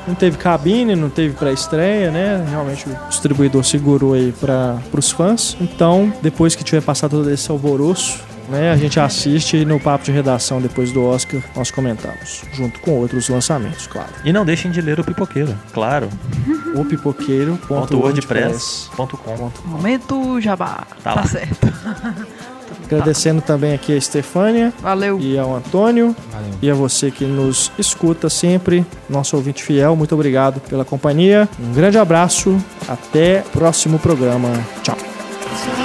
A: não teve cabine, não teve pré-estreia, né? Realmente o distribuidor segurou aí para os fãs. Então, depois que tiver passado todo esse alvoroço, né, a gente assiste e no papo de redação depois do Oscar nós comentamos, junto com outros lançamentos, claro.
C: E não deixem de ler o Pipoqueiro, claro.
A: O pipoqueiro.wordpress.
C: .wordpress.com.
B: um Momento jabá.
C: Tá
B: Tá,
C: lá.
B: certo.
A: Agradecendo também aqui a Estefânia
B: Valeu.
A: e ao Antônio
D: Valeu.
A: e a você que nos escuta sempre, nosso ouvinte fiel, muito obrigado pela companhia. Um grande abraço, até próximo programa. Tchau.
E: Tonight